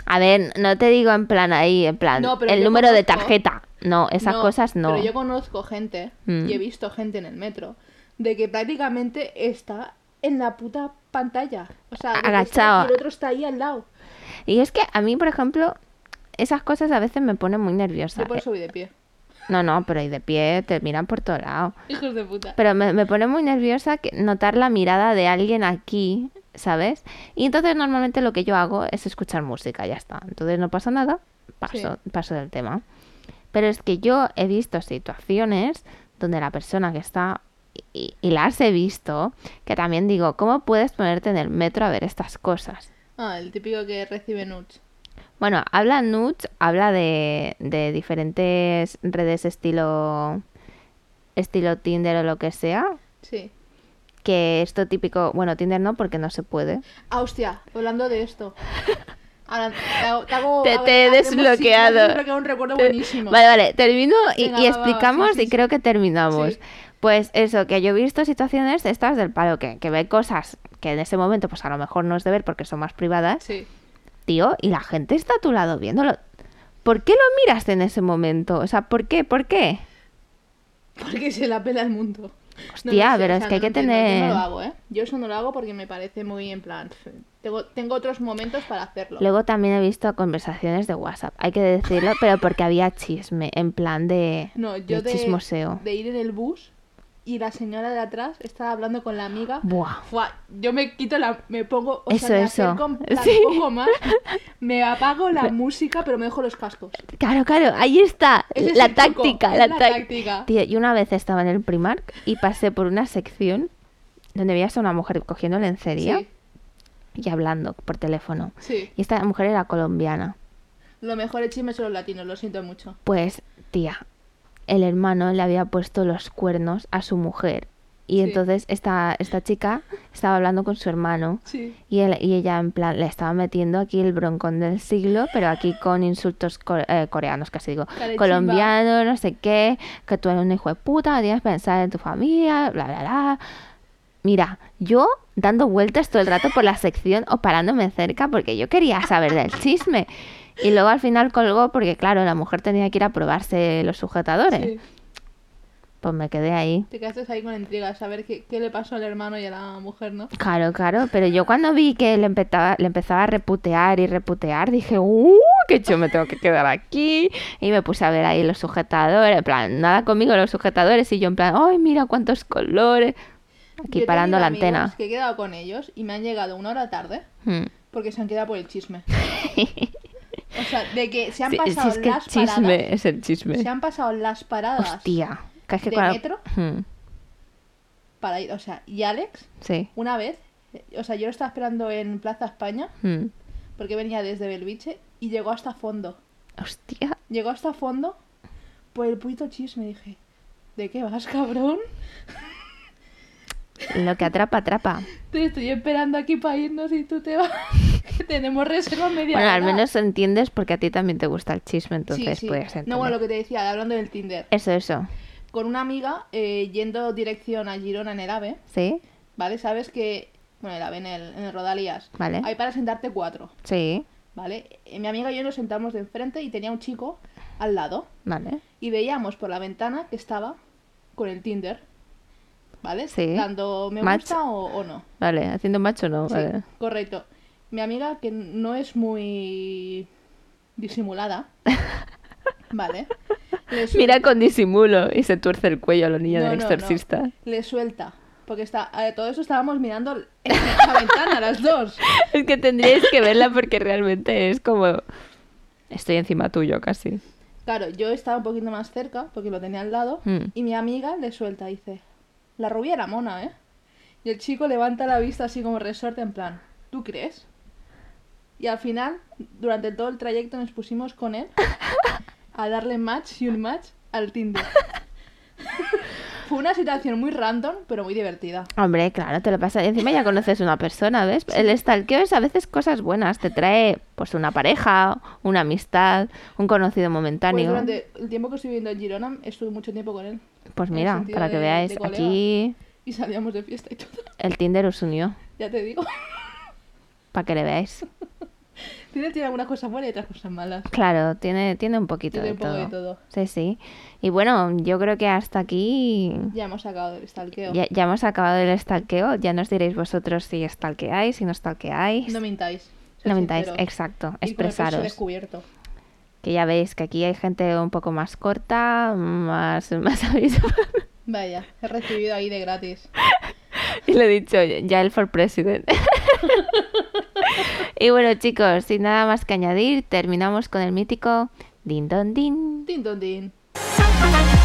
Speaker 1: A ver, no te digo en plan ahí, en plan
Speaker 3: No, pero
Speaker 1: el
Speaker 3: yo
Speaker 1: número de
Speaker 3: conozco-
Speaker 1: tarjeta. No, esas cosas no.
Speaker 3: Pero yo conozco gente
Speaker 1: Mm.
Speaker 3: y he visto gente en el metro de que prácticamente está en la puta pantalla. O sea, de que está
Speaker 1: Agachado.
Speaker 3: y el otro está ahí al lado.
Speaker 1: Y es que a mí, por ejemplo, esas cosas a veces me ponen muy nerviosa.
Speaker 3: Yo por
Speaker 1: Eh,
Speaker 3: eso voy de pie.
Speaker 1: No, no, pero ahí de pie te miran por todo lado.
Speaker 3: Hijos de puta.
Speaker 1: Pero me, me pone muy nerviosa que notar la mirada de alguien aquí, ¿sabes? Y entonces normalmente lo que yo hago es escuchar música, ya está. Entonces no pasa nada, paso, paso del tema. Pero es que yo he visto situaciones donde la persona que está, y- y, y las he visto, que también digo, ¿cómo puedes ponerte en el metro a ver estas cosas?
Speaker 3: Ah, el típico que recibe nudes.
Speaker 1: Bueno, habla Nuts, habla de, de diferentes redes estilo, estilo Tinder o lo que sea,
Speaker 3: Sí.
Speaker 1: que esto típico, bueno, Tinder no porque no se puede.
Speaker 3: Ah, hostia, hablando de esto. Ahora, te hago- te hago-
Speaker 1: Te-
Speaker 3: hago-
Speaker 1: te he
Speaker 3: hacemos- sí, me has
Speaker 1: desbloqueado.
Speaker 3: desbloqueado un recuerdo
Speaker 1: Te-
Speaker 3: buenísimo.
Speaker 1: Eh, Vale, vale, termino y,
Speaker 3: Venga,
Speaker 1: y
Speaker 3: va, va, va, sí,
Speaker 1: explicamos
Speaker 3: sí,
Speaker 1: y
Speaker 3: sí.
Speaker 1: creo que terminamos.
Speaker 3: Sí.
Speaker 1: Pues eso, que yo he visto situaciones estas del palo, que, que ve cosas que en ese momento pues a lo mejor no es de ver porque son más privadas,
Speaker 3: Sí.
Speaker 1: tío, y la gente está a tu lado viéndolo. ¿Por qué lo miras en ese momento? O sea, ¿por qué? ¿Por qué?
Speaker 3: Porque se la pela el mundo.
Speaker 1: Hostia, pero es que hay que
Speaker 3: entiendo, Yo no
Speaker 1: tener-
Speaker 3: lo hago, ¿eh? Yo eso no lo hago porque me parece muy en plan. pf, Tengo, tengo otros momentos para hacerlo.
Speaker 1: Luego también he visto conversaciones de WhatsApp, hay que decirlo, pero porque había chisme, en plan de,
Speaker 3: No,
Speaker 1: de
Speaker 3: yo de,
Speaker 1: chismoseo.
Speaker 3: de ir en el bus y la señora de atrás estaba hablando con la amiga.
Speaker 1: Buah.
Speaker 3: Fua, yo me quito la. Me pongo. O
Speaker 1: Eso,
Speaker 3: sea, me
Speaker 1: eso.
Speaker 3: acerco un
Speaker 1: Sí.
Speaker 3: poco más. Me apago la música, pero me dejo los cascos.
Speaker 1: Claro, claro, ahí está.
Speaker 3: Ese es
Speaker 1: la
Speaker 3: el truco,
Speaker 1: táctica,
Speaker 3: es
Speaker 1: la,
Speaker 3: la
Speaker 1: táct-
Speaker 3: táctica.
Speaker 1: Tío, yo una vez estaba en el Primark y pasé por una sección donde veías a una mujer cogiendo lencería
Speaker 3: Sí,
Speaker 1: y hablando por teléfono.
Speaker 3: sí.
Speaker 1: Y esta mujer era colombiana.
Speaker 3: Lo mejor es chisme son los latinos, lo siento mucho.
Speaker 1: Pues, tía, el hermano le había puesto los cuernos a su mujer. Y
Speaker 3: Sí.
Speaker 1: entonces esta, esta chica estaba hablando con su hermano.
Speaker 3: Sí.
Speaker 1: Y, él- y ella, en plan, le estaba metiendo aquí el broncón del siglo, pero aquí con insultos co- eh, coreanos, casi digo,
Speaker 3: Carechimba.
Speaker 1: colombiano, no sé qué, que tú eres un hijo de puta, no tienes que pensar en tu familia, bla, bla, bla. Mira, yo dando vueltas todo el rato por la sección o parándome cerca porque yo quería saber del chisme. Y luego al final colgó porque, claro, la mujer tenía que ir a probarse los sujetadores.
Speaker 3: Sí.
Speaker 1: Pues me quedé ahí.
Speaker 3: Te quedaste ahí con intriga, saber qué, qué le pasó al hermano y a la mujer, ¿no?
Speaker 1: Claro, claro, pero yo cuando vi que le empezaba, le empezaba a reputear y reputear, dije, ¡uh! Que yo me tengo que quedar aquí. Y me puse a ver ahí los sujetadores, en plan, nada conmigo los sujetadores. Y yo, en plan, ¡ay, mira cuántos colores! Aquí
Speaker 3: Yo he
Speaker 1: parando
Speaker 3: tenido
Speaker 1: la
Speaker 3: amigos
Speaker 1: antena.
Speaker 3: Que he quedado con ellos y me han llegado una hora tarde
Speaker 1: Hmm.
Speaker 3: porque se han quedado por el chisme. o sea, de que se han
Speaker 1: Sí, sí,
Speaker 3: pasado
Speaker 1: es que el
Speaker 3: las
Speaker 1: chisme,
Speaker 3: paradas.
Speaker 1: es el chisme.
Speaker 3: Se han pasado las paradas
Speaker 1: Hostia, que es que
Speaker 3: ¿De
Speaker 1: cuando-
Speaker 3: metro?
Speaker 1: Hmm,
Speaker 3: para ir. O sea, y Alex,
Speaker 1: Sí.
Speaker 3: una vez, o sea, yo lo estaba esperando en Plaza España
Speaker 1: hmm.
Speaker 3: porque venía desde Belviche y llegó hasta fondo.
Speaker 1: Hostia.
Speaker 3: Llegó hasta fondo por el puto chisme. Dije, ¿de qué vas, cabrón?
Speaker 1: Lo que atrapa, atrapa.
Speaker 3: Te estoy esperando aquí para irnos y tú te vas. que tenemos reserva media
Speaker 1: Bueno,
Speaker 3: hora.
Speaker 1: al menos entiendes porque a ti también te gusta el chisme,
Speaker 3: Sí,
Speaker 1: entonces
Speaker 3: sí.
Speaker 1: puedes entender.
Speaker 3: No, bueno, lo que te decía, hablando del Tinder.
Speaker 1: Eso, eso.
Speaker 3: Con una amiga, eh, yendo dirección a Girona en el AVE,
Speaker 1: ¿Sí? ¿Sí?
Speaker 3: ¿vale? Sabes que, bueno, el AVE en el, en el Rodalías,
Speaker 1: Vale.
Speaker 3: hay para sentarte cuatro,
Speaker 1: Sí,
Speaker 3: ¿vale? Eh, Mi amiga y yo nos sentamos de enfrente y tenía un chico al lado
Speaker 1: vale.
Speaker 3: y veíamos por la ventana que estaba con el Tinder, ¿vale?
Speaker 1: Sí.
Speaker 3: Dando me
Speaker 1: Match.
Speaker 3: gusta o, o no.
Speaker 1: Vale, haciendo macho no.
Speaker 3: Sí,
Speaker 1: Vale.
Speaker 3: correcto. Mi amiga, que no es muy disimulada, ¿vale? Le suel-
Speaker 1: Mira con disimulo y se tuerce el cuello a la niña
Speaker 3: No,
Speaker 1: del
Speaker 3: no,
Speaker 1: exorcista.
Speaker 3: no. Le suelta. Porque está, a todo eso estábamos mirando la ventana, las dos.
Speaker 1: Es que tendríais que verla porque realmente es como. Estoy encima tuyo casi.
Speaker 3: Claro, yo estaba un poquito más cerca porque lo tenía al lado
Speaker 1: Mm.
Speaker 3: y mi amiga le suelta, dice, la rubia era mona, ¿eh? Y el chico levanta la vista así como resorte en plan, ¿tú crees? Y al final, durante todo el trayecto nos pusimos con él a darle match y un match al Tinder. Fue una situación muy random, pero muy divertida.
Speaker 1: Hombre, claro, te lo pasa. Encima ya conoces una persona, ¿ves? El stalkeo es a veces cosas buenas. Te trae, pues, una pareja, una amistad, un conocido
Speaker 3: Pues
Speaker 1: momentáneo. Pues,
Speaker 3: durante el tiempo que estuve viviendo en Girona, estuve mucho tiempo con él en el
Speaker 1: mira,
Speaker 3: sentido
Speaker 1: para que
Speaker 3: de-
Speaker 1: veáis,
Speaker 3: de colega.
Speaker 1: aquí
Speaker 3: y salíamos de fiesta y todo.
Speaker 1: el Tinder os unió.
Speaker 3: Ya te digo,
Speaker 1: Para que le veáis.
Speaker 3: Tinder tiene algunas cosas buenas y otras cosas malas.
Speaker 1: Claro, tiene, tiene un poquito
Speaker 3: Tiene
Speaker 1: de,
Speaker 3: un poco
Speaker 1: todo.
Speaker 3: de todo.
Speaker 1: Sí, sí. Y bueno, yo creo que hasta aquí
Speaker 3: Ya hemos acabado el stalkeo.
Speaker 1: ya, ya hemos acabado el stalkeo. Ya nos diréis vosotros si stalkeáis, si no stalkeáis.
Speaker 3: No mintáis.
Speaker 1: No mintáis, exacto,
Speaker 3: Expresaros.
Speaker 1: expresaros.
Speaker 3: descubierto.
Speaker 1: Que ya veis que aquí hay gente un poco más corta, más, más avisada.
Speaker 3: Vaya, he recibido ahí de gratis.
Speaker 1: Y le he dicho, ya el for president. y bueno, chicos, sin nada más que añadir, terminamos con el mítico Din Don Din.
Speaker 3: Tin, ton, tin.
Speaker 2: Thank you.